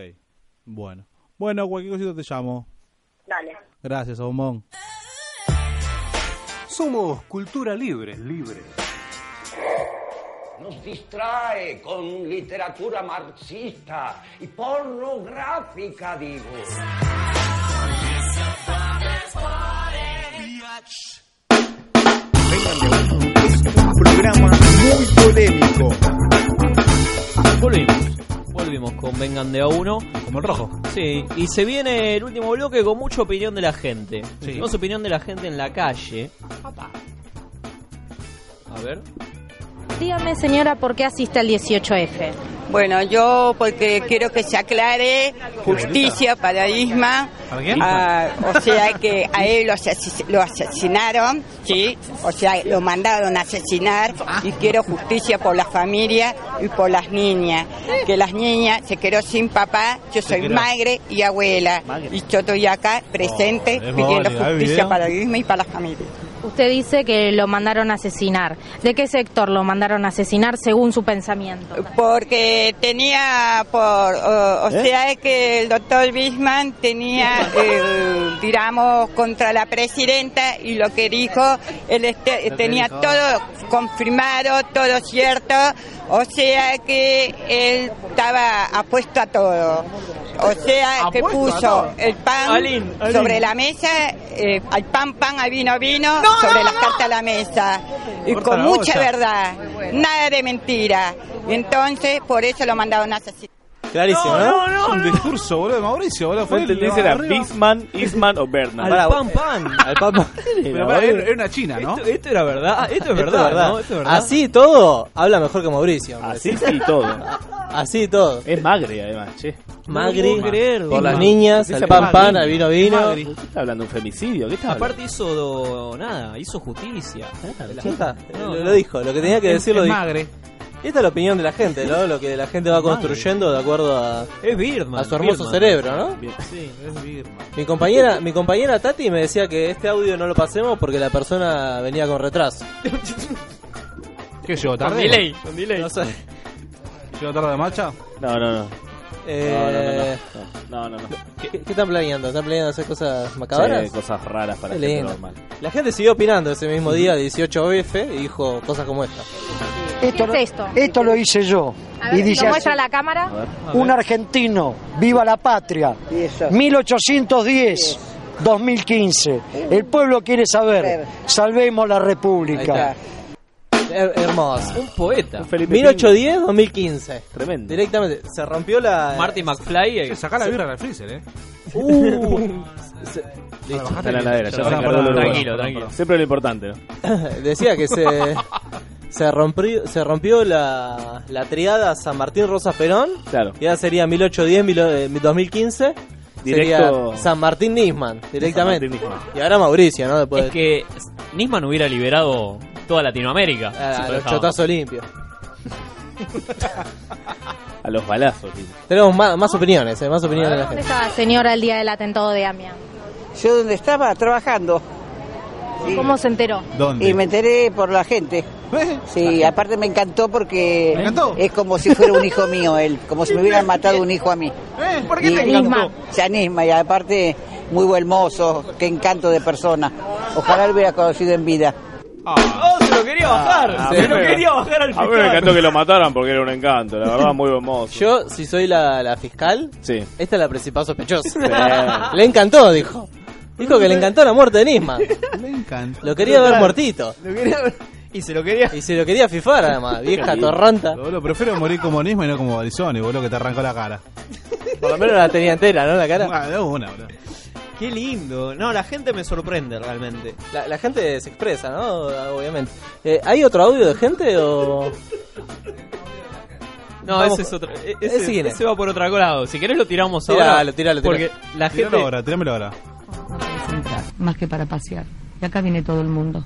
Bueno. Bueno, cualquier cosita te llamo.
Dale.
Gracias, Bombón.
Somos cultura libre, libre.
Nos distrae con literatura marxista y pornográfica, digo.
Programa muy polémico.
Volvimos. Volvimos con Vengan de a uno.
Como el rojo.
Sí, y se viene el último bloque con mucha opinión de la gente. Tenemos opinión de la gente en la calle. A ver.
Dígame, señora, ¿por qué asiste al 18F?
Bueno, yo porque quiero que se aclare justicia para Isma.
¿Para quién?
Ah, o sea que a él lo, ases- lo asesinaron, ¿sí? O sea, lo mandaron a asesinar y quiero justicia por la familia y por las niñas. Que las niñas se quedó sin papá, yo soy
quedó-
madre y abuela. Y yo estoy acá presente
Oh, es
pidiendo
válida, ¿hay
justicia
video?
para Isma y para la familia.
Usted dice que lo mandaron a asesinar. ¿De qué sector lo mandaron a asesinar según su pensamiento?
Porque tenía, por,
¿Eh?
o, o sea, es que el doctor Bisman tenía, eh, digamos, contra la presidenta y lo que dijo, él este-
que
tenía
dijo.
todo confirmado, todo cierto, o sea que él estaba apuesto a todo. O sea que Apuesto a puso todo. el pan Alín, Alín. sobre la mesa, eh, al pan pan, al vino vino, sobre las cartas a la mesa. Y
Corta
con
la
mucha
olla.
verdad, nada de mentira. Entonces, por eso lo mandaron a asesinar.
Clarísimo, ¿no?
No,
Es un discurso, boludo, de Mauricio, boludo. Fue
Fuente te dice era Bisman, Isman o Berna.
Pará,
Pará,
pan. Al pan pan.
Pero pará, era- era una
china,
¿no?
Esto,
esto era verdad. Esto es verdad, ¿no? Esto es
Ah,
verdad.
Así y ¿Ah, todo, habla mejor que Mauricio. Así
sí todo.
Así y todo.
Es magre, además, che.
Magri,
puedo creer,
por
Bisman.
las niñas,
Dice
al pan
Magri.
pan, al vino vino.
Magri. ¿Qué está hablando? ¿Un femicidio? ¿Qué está hablando?
Aparte hizo do- nada, hizo justicia. De la
Ah, Ya está,
gente. No,
lo,
no.
lo dijo, lo que tenía
Es-
que decir lo
es
dijo.
magre.
Y esta es la opinión de la gente, ¿no? Lo que la gente va construyendo de acuerdo a,
Es Birdman.
a su hermoso
Birdman.
cerebro, ¿no?
Sí, es Birdman.
Mi compañera, mi compañera Tati me decía que este audio no lo pasemos porque la persona venía con retraso.
¿Qué llegó
tarde? Con delay, No sé.
¿Llegó tarde de marcha?
No, no, no.
Eh,
No, no, no. no, no, no.
¿Qué, qué están planeando? ¿Están planeando hacer cosas macabras?
Sí, cosas raras para
Qué
gente
lindo.
normal.
La gente siguió opinando ese mismo día, 18F, y dijo cosas como esta.
Esto,
¿Qué
lo-
es esto?
esto lo hice yo.
A ver,
y dice
¿lo
así,
muestra la cámara?
un argentino, viva la patria. 1810, 2015. El pueblo quiere saber. Salvemos la república.
Her- hermoso. Un
poeta.
1810-2015.
Tremendo.
Directamente. Se rompió la.
Marty McFly. eh,
sacá la
se-
birra
Al freezer, ¿eh?
Uh. Se- Listo.
Está en la heladera, ya se
Pará,
encargó
pará,
el Uruguay.
tranquilo, tranquilo.
Siempre lo importante, ¿no?
Decía que se. Se rompió, se rompió la, la triada San Martín Rosas Perón.
Claro.
Y ahora sería 1810, milo- eh, 2015.
Directo-
Sería San Martín Nisman, directamente.
San Martín Nisman.
Y ahora Mauricio, ¿no? Después
Es que Nisman hubiera liberado toda Latinoamérica.
Ah,
si lo
los
dejaba.
chotazos limpios.
A los balazos, tío.
Tenemos más, más opiniones, eh, más opiniones de la
¿Dónde
gente.
estaba, señora, el día del atentado de Amiens?
Yo donde estaba trabajando.
¿Cómo se enteró?
¿Dónde? Y me enteré por la gente. Sí, aparte me encantó porque es como si fuera un hijo mío él, como si me hubieran matado un hijo a mí.
Eh, ¿Por qué
Y-
te encantó?
Se anima y aparte muy buen mozo, qué encanto de persona. Ojalá lo hubiera conocido en vida.
¡Oh,
lo quería bajar.
Ah,
se lo
bueno.
quería bajar al
A
final.
mí me encantó que lo mataran porque era un encanto, la
Ah,
verdad, muy hermoso.
Yo, si soy la, la fiscal,
Sí.
esta es la principal sospechosa.
Sí.
le encantó, dijo. Dijo que le encantó la muerte de Nisman.
Me encanta.
Lo quería ver
Total.
muertito.
Lo quería ver- Y se lo quería.
Y se lo quería fifar, además, vieja torranta.
Boludo, prefiero morir como Nisma y no como Barizoni, boludo, que te arrancó la cara.
Por lo menos la tenía entera, ¿no? La cara.
Ah, de una, boludo.
Qué lindo. No, la gente me sorprende realmente.
La, la gente se expresa, ¿no? Obviamente. Eh, ¿Hay otro audio de gente o.?
No,
Vamos-
ese es otro. e-
Ese
Ese,
viene.
ese va por otro lado. Si querés lo tiramos
Tiralo,
ahora.
tiralo, tiralo.
Porque la
Tíramelo
gente.
ahora, tíramelo ahora.
más que para pasear. Y acá viene todo el mundo.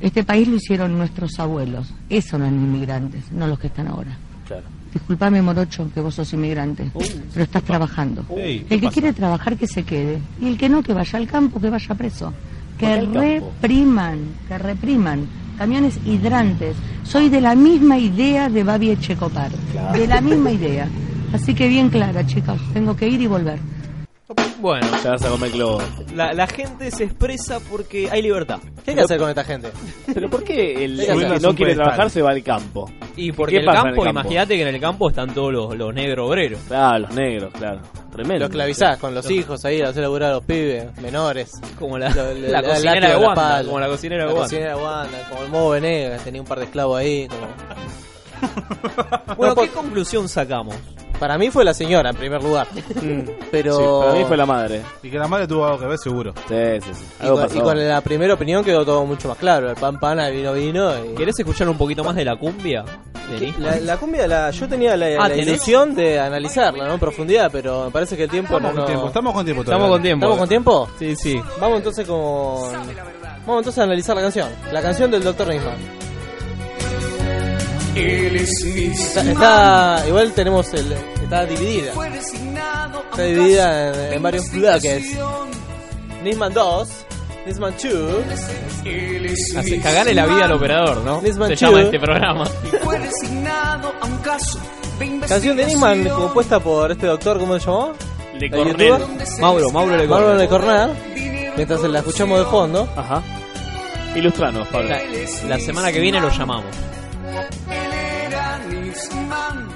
Este país lo hicieron nuestros abuelos. Eso no es inmigrantes, no los que están ahora. Disculpame, Morocho, que vos sos inmigrante, pero estás trabajando.
Uh.
Ey, ¿qué
el que
pasa?
quiere trabajar, que se quede. Y el que no, que vaya al campo, que vaya preso. Que
al campo.
repriman, que repriman. Camiones hidrantes. Soy de la misma idea de Babi Echecopar. De la misma idea. Así que bien clara, chicos. Tengo que ir y volver.
Bueno,
Ya vas a comer globo.
la, la gente se expresa porque hay libertad.
¿Qué hay que hacer con esta gente?
Pero ¿por qué el,
Sí, sí,
el que
sí,
no
sí,
quiere
puede
trabajar
estar.
se va al campo?
Y
¿Qué
porque el
pasa en
campo,
el campo?
Pues imagínate que en el campo están todos los, los negros obreros.
Ah, los negros, claro. Tremendo.
Lo esclavizás con los hijos ahí, lo hacés laburar a los pibes, menores.
Como la,
la
cocinera
látigo
de
en la
Wanda,
espalda.
como la cocinera de
La
Wanda.
cocinera de Wanda, como el modo Venegas, tenía un par de esclavos ahí. Como...
Bueno, ¿qué conclusión sacamos?
Para mí fue la señora en primer lugar. Pero.
Mm. Sí, para mí fue la madre.
Y que la madre tuvo algo que ver, seguro.
Sí, sí, sí.
Y
Algo
con,
pasó.
y con la primera opinión quedó todo mucho más claro. El pan pana, el vino vino. y-
¿Querés escuchar un poquito más de la cumbia? de Nisman?
La, la cumbia, la, yo tenía la,
Ah,
la
¿tenés?
ilusión de analizarla ¿no? en profundidad, pero me parece que el tiempo
Estamos
no,
con tiempo,
no-
estamos con tiempo todavía.
Estamos con tiempo.
¿Estamos con tiempo?
Sí, sí.
Vamos entonces con. Vamos entonces a analizar la canción. La canción del Dr. Nisman.
Él es mi
Está, está- igual tenemos el. Está dividida. Está dividida en, en varios bloques. Nisman 2, Nisman 2.
Hace cagarle la vida al operador, ¿no?
Nisman
Se
Chu.
llama este programa.
Fue designado a un caso de
Canción de Nisman compuesta por este doctor, ¿cómo se llamó?
Le
El
Cornel.
youtuber.
Mauro, Mauro Le
Mauro
Cornel.
Le Cornel. Mientras la escuchamos de fondo.
Ajá. Ilustranos, Pablo.
La, la semana que viene lo llamamos.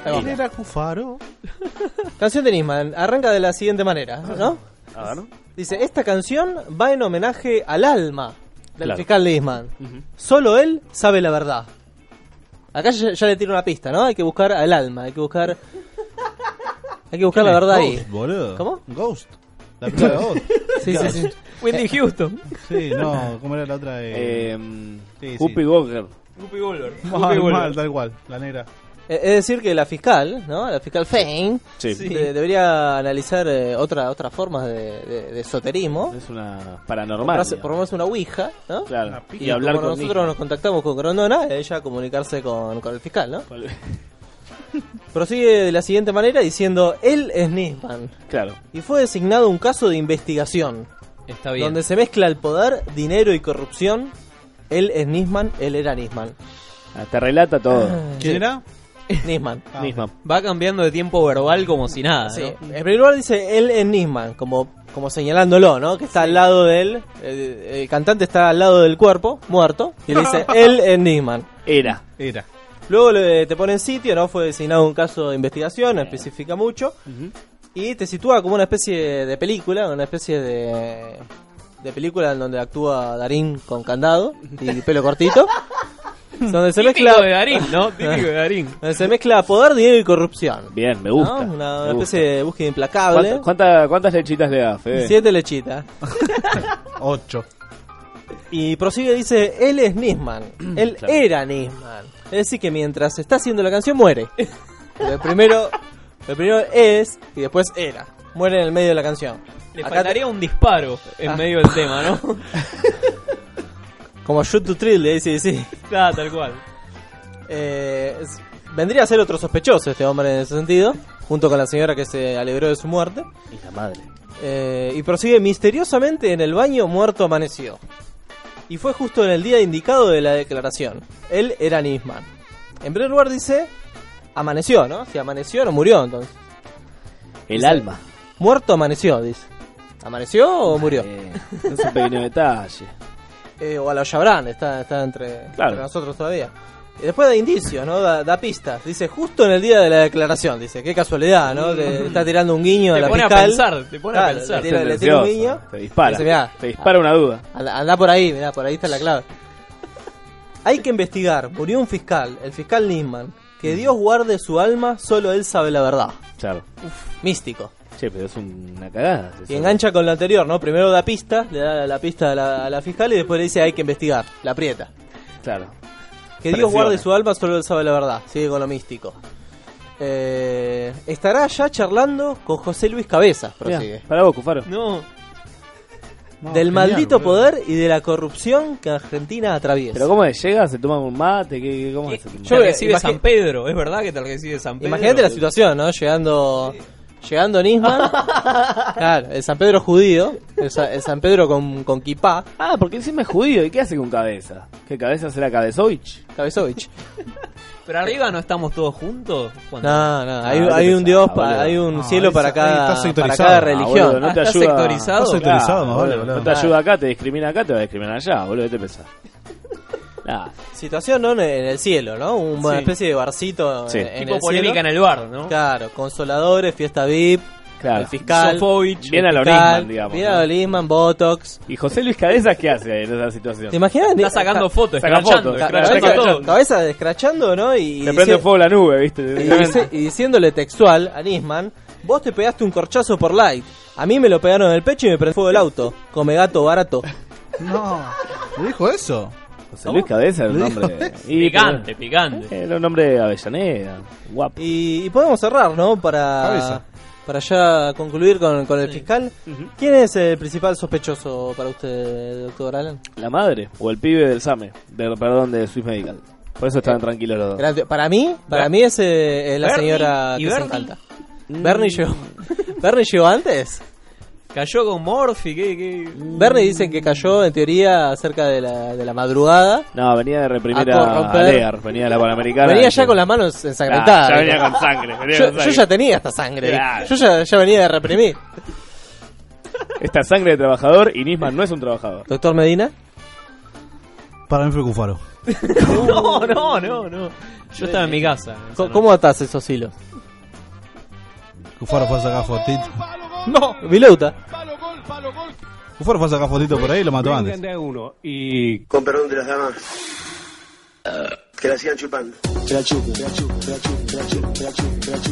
Él era Canción de Nisman arranca de la siguiente manera, ¿no?
A ver.
Dice, esta canción va en homenaje al alma del
Claro.
fiscal Nisman. Solo él sabe la verdad. Acá ya, ya le tiro una pista, ¿no? Hay que buscar al alma, hay que buscar... Hay que buscar la verdad ahí.
Ghost, boludo.
¿Cómo?
Ghost. La película de Ghost. Eh,
Sí, sí, Eh, sí.
Wendy Houston.
Sí, no, ¿cómo era la otra? Eh,
Eh,
sí, sí.
Guppy Goger.
Guppy Goldberg.
Mal, mal, tal cual, la negra.
Eh, Es decir, que la fiscal, ¿no? La fiscal Fein
Sí. Sí.
de- debería analizar eh, otra otras formas de, de- de esoterismo.
Es una paranormal.
Comprarse- Por lo menos una ouija, ¿no?
Claro.
Y, hablar con nosotros
Nisman.
nos contactamos con Grondona, ella comunicarse con, con el fiscal, ¿no? Prosigue de la siguiente manera diciendo, él es Nisman.
Claro.
Y fue designado un caso de investigación,
Está bien.
donde se mezcla el poder, dinero y corrupción. Él es Nisman, él era Nisman.
Ah, Te relata todo.
¿Quién
era?
Nisman.
Nisman.
Va cambiando de tiempo verbal como si nada.
Sí.
¿no?
En primer lugar dice él es Nisman, como, como señalándolo, ¿no? Que está al lado de él, el, el cantante está al lado del cuerpo, muerto, y le dice él es Nisman.
Era.
Era.
Luego le- te pone en sitio, ¿no? Fue designado un caso de investigación, no especifica mucho. Y te sitúa como una especie de película, una especie de, de película en donde actúa Darín con candado y pelo cortito. donde se
Típico
mezcla.
de Darín, ¿no? Típico de Darín.
Donde se mezcla poder, dinero y corrupción.
Bien, me gusta. me
¿no? Una, una
gusta.
especie de búsqueda implacable.
¿Cuánta- cuánta- ¿Cuántas lechitas le da, Fede?
Siete lechitas.
Ocho.
Y prosigue, dice, él es Nisman. Él
Claro.
era Nisman. Es decir, que mientras está haciendo la canción muere. Lo primero, lo primero es y después era. Muere en el medio de la canción.
Le
Acá
faltaría un disparo en
Ah.
medio del tema, ¿no?
Como shoot to thrill, le dice, sí.
Ah, tal cual.
Eh, es- vendría a ser otro sospechoso este hombre en ese sentido. Junto con la señora que se alegró de su muerte.
Y la madre.
Eh, y prosigue misteriosamente en el baño muerto amaneció. Y fue justo en el día indicado de la declaración. Él era Nisman. En primer lugar dice, amaneció, ¿no? Si amaneció, no murió entonces.
El
Dice,
alma. Eh,
Muerto amaneció, dice. ¿Amaneció o murió?
Es un pequeño detalle.
eh, o a los Chabran, está, está entre,
Claro.
entre nosotros todavía. Y después da indicios, ¿no? Da, da pistas. Dice, justo en el día de la declaración, dice, qué casualidad, ¿no? Que está tirando un guiño
Mm. Te
a la
pone a
fiscal.
pensar, te pone a
Claro,
pensar.
Le tira, le tira un guiño.
Te dispara.
Dice, mirá,
te dispara una duda.
Anda, anda por ahí, mirá, por ahí está la clave. Hay que investigar. Murió un fiscal, el fiscal Nisman. Que Dios guarde su alma, solo él sabe la verdad.
Mm. Claro.
Místico.
Che, pero es un- una cagada.
Y engancha con lo anterior, ¿no? Primero da pista, le da la pista a la, a la fiscal y después le dice hay que investigar. La aprieta.
Claro.
Que Dios
Presiona.
guarde su alma, solo él sabe la verdad. Sigue con lo místico. Eh, estará ya charlando con José Luis Cabeza, prosigue.
para vos, Cufaro.
No.
No,
Del
genial,
maldito
boludo.
poder y de la corrupción que Argentina atraviesa.
Pero ¿cómo es? ¿Llega? ¿Se toma un mate? ¿Qué, qué- cómo es?
Yo
Yo
creo-
recibe
imagi-
San Pedro, es verdad que te recibe San Pedro.
Imagínate la situación, ¿no? Llegando llegando Nisman. claro, el San Pedro judío, el, Sa- el San Pedro con, con kipá.
Ah, porque encima es judío. ¿Y qué hace con cabeza? ¿Qué cabeza será Cabezovich?
Cabezovich.
Pero arriba no estamos todos juntos. ¿Cuándo?
No, no, hay,
Ah,
hay
qué pesado,
un dios, pa-
boludo.
hay un
No,
cielo
esa-
para cada,
está
para
sectorizado.
cada
Ah,
religión.
boludo, no te
¿Está
ayuda.
sectorizado? Está
Claro,
sectorizado, más vale,
boludo,
boludo.
No te ayuda acá, te discrimina acá, te va a discriminar allá, boludo. ¿Qué te pensás? Nah.
Situación ¿no? en en el cielo, ¿no? Un- Una
Sí.
especie de barcito.
Sí.
En, en
Tipo
el
polémica
cielo.
en el bar, ¿no?
Claro, consoladores, fiesta VIP,
Claro.
el fiscal.
Sofovich.
Bien a lo
fiscal,
Nisman, digamos,
Bien
¿no?
a lo Nisman, Botox.
¿Y José Luis Cabezas qué hace ahí en esa situación?
¿Te imaginas?
Está sacando fotos,
Saca
escrachando,
fotos,
Ca-
escrachando
cabeza,
todo.
cabeza descrachando, ¿no? Y,
Le prende
dici-
fuego la nube, ¿viste?
y dice- y diciéndole textual a Nisman, vos te pegaste un corchazo por light. A mí me lo pegaron en el pecho y me prende fuego el auto. Come gato barato.
No. ¿Le dijo eso?
José Luis Cabezas era un hombre... y-
Picante, picante.
Era un hombre de Avellaneda, guapo.
Y, y podemos cerrar, ¿no? Para,
Cabeza.
para ya concluir con, con el fiscal. ¿Quién es el principal sospechoso para usted, doctor Alan?
La madre o el pibe del SAME, de, perdón, de Swiss Medical. Por eso
Eh,
estaban tranquilos los dos.
Gran teo- Para mí, para
Ber-
mí es eh, eh, la
Bernie
señora
y
que se
Bernie.
encanta. Bernie llegó. ¿Bernie llegó antes?
Cayó con Morphy, ¿qué, qué?
Bernie dicen que cayó en teoría cerca de la, de la madrugada.
No, venía de reprimir
A
a,
corromper.
a Lear, venía de la Panamericana.
venía ya con las manos ensangrentadas.
Ah, ya venía
dijo.
con sangre, venía
yo,
con sangre.
yo ya tenía esta sangre.
Claro.
Yo ya, ya venía de reprimir.
Esta sangre de trabajador y Nisman no es un trabajador.
Doctor Medina.
Para mí fue Cufaro.
No, no, no, no. Yo estaba en mi casa.
Co- ¿Cómo atás esos hilos?
Cufaro fue a sacar fotito.
No. Vileuta.
Cufaro fue a sacar fotito por ahí y lo mató antes.
uno y...
Con perdón de las damas. Que la sigan chupando.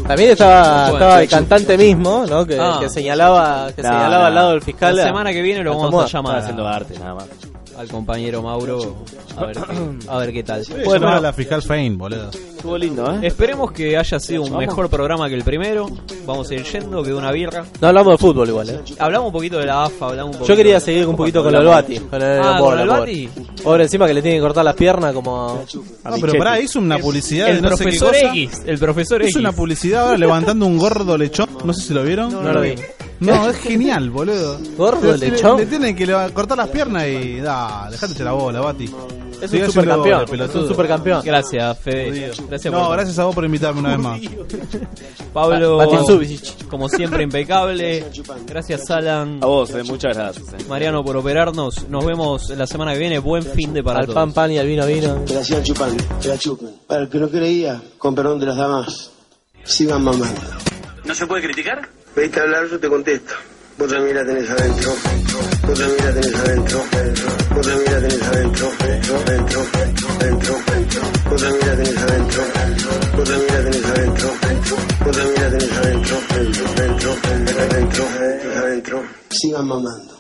También estaba,
Bueno,
estaba el
Chuchu.
cantante mismo, ¿no? Que,
Ah.
que señalaba, que
No,
señalaba
no.
al lado del fiscal.
La
a-
semana que viene lo
a
vamos
Tomás.
a llamar.
Está haciendo arte, nada más.
Al compañero Mauro, a ver, qué- a ver qué tal.
Bueno, a la fiscal Fein, boludo.
Estuvo lindo, ¿eh?
Esperemos que haya sido un
Vamos.
mejor programa que el primero. Vamos a ir yendo, quedó una birra.
No hablamos de fútbol igual, ¿eh?
Hablamos un poquito de la AFA, hablamos un poquito.
Yo quería seguir un poquito con lo del Bati. Con el
Ah,
Lombor,
¿con el
Lombor.
Bati?
Ahora encima que le tienen que cortar las piernas como...
No, pero pará, hizo una publicidad de
el
no sé qué
profesor
cosa.
X, el profesor X.
Hizo una publicidad ahora levantando un gordo lechón. No sé si lo vieron.
No lo vi.
No, es genial, boludo.
¿Gordo
Le- le-
lechón?
Le, tienen que leva- cortar las piernas y. Da, dejate la bola, Bati.
Es
Sigue
un
siendo
supercampeón.
bola, pelotudo.
Es un supercampeón.
Gracias, Fede. Gracias
No,
por-
gracias a vos por invitarme una vez más.
Pablo,
Ba- Batin Subisic.
como siempre, impecable. Gracias, Alan.
A vos, eh, muchas gracias. eh.
Mariano, por operarnos. Nos vemos la semana que viene. Buen fin de para
Al
todos.
pan pan y al vino vino.
Que la sigan chupando. Que la chupen. Para el que no creía, con perdón de las damas. Sigan mamando.
¿No se puede criticar?
Pediste hablar, yo te contesto. Vos también la tenés adentro. Vos también la tenés adentro. Vos también la tenés adentro. Dentro, dentro, dentro, dentro. Vos también la tenés adentro. Vos también la tenés adentro. Vos también la tenés adentro. Dentro, dentro, dentro, dentro, adentro. Sigan mamando.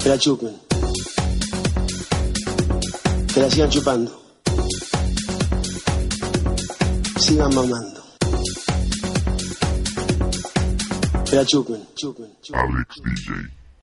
Que la chupen. Que la sigan chupando. Sigan mamando. Que la chupen, chupen, chupen.
Alex DJ.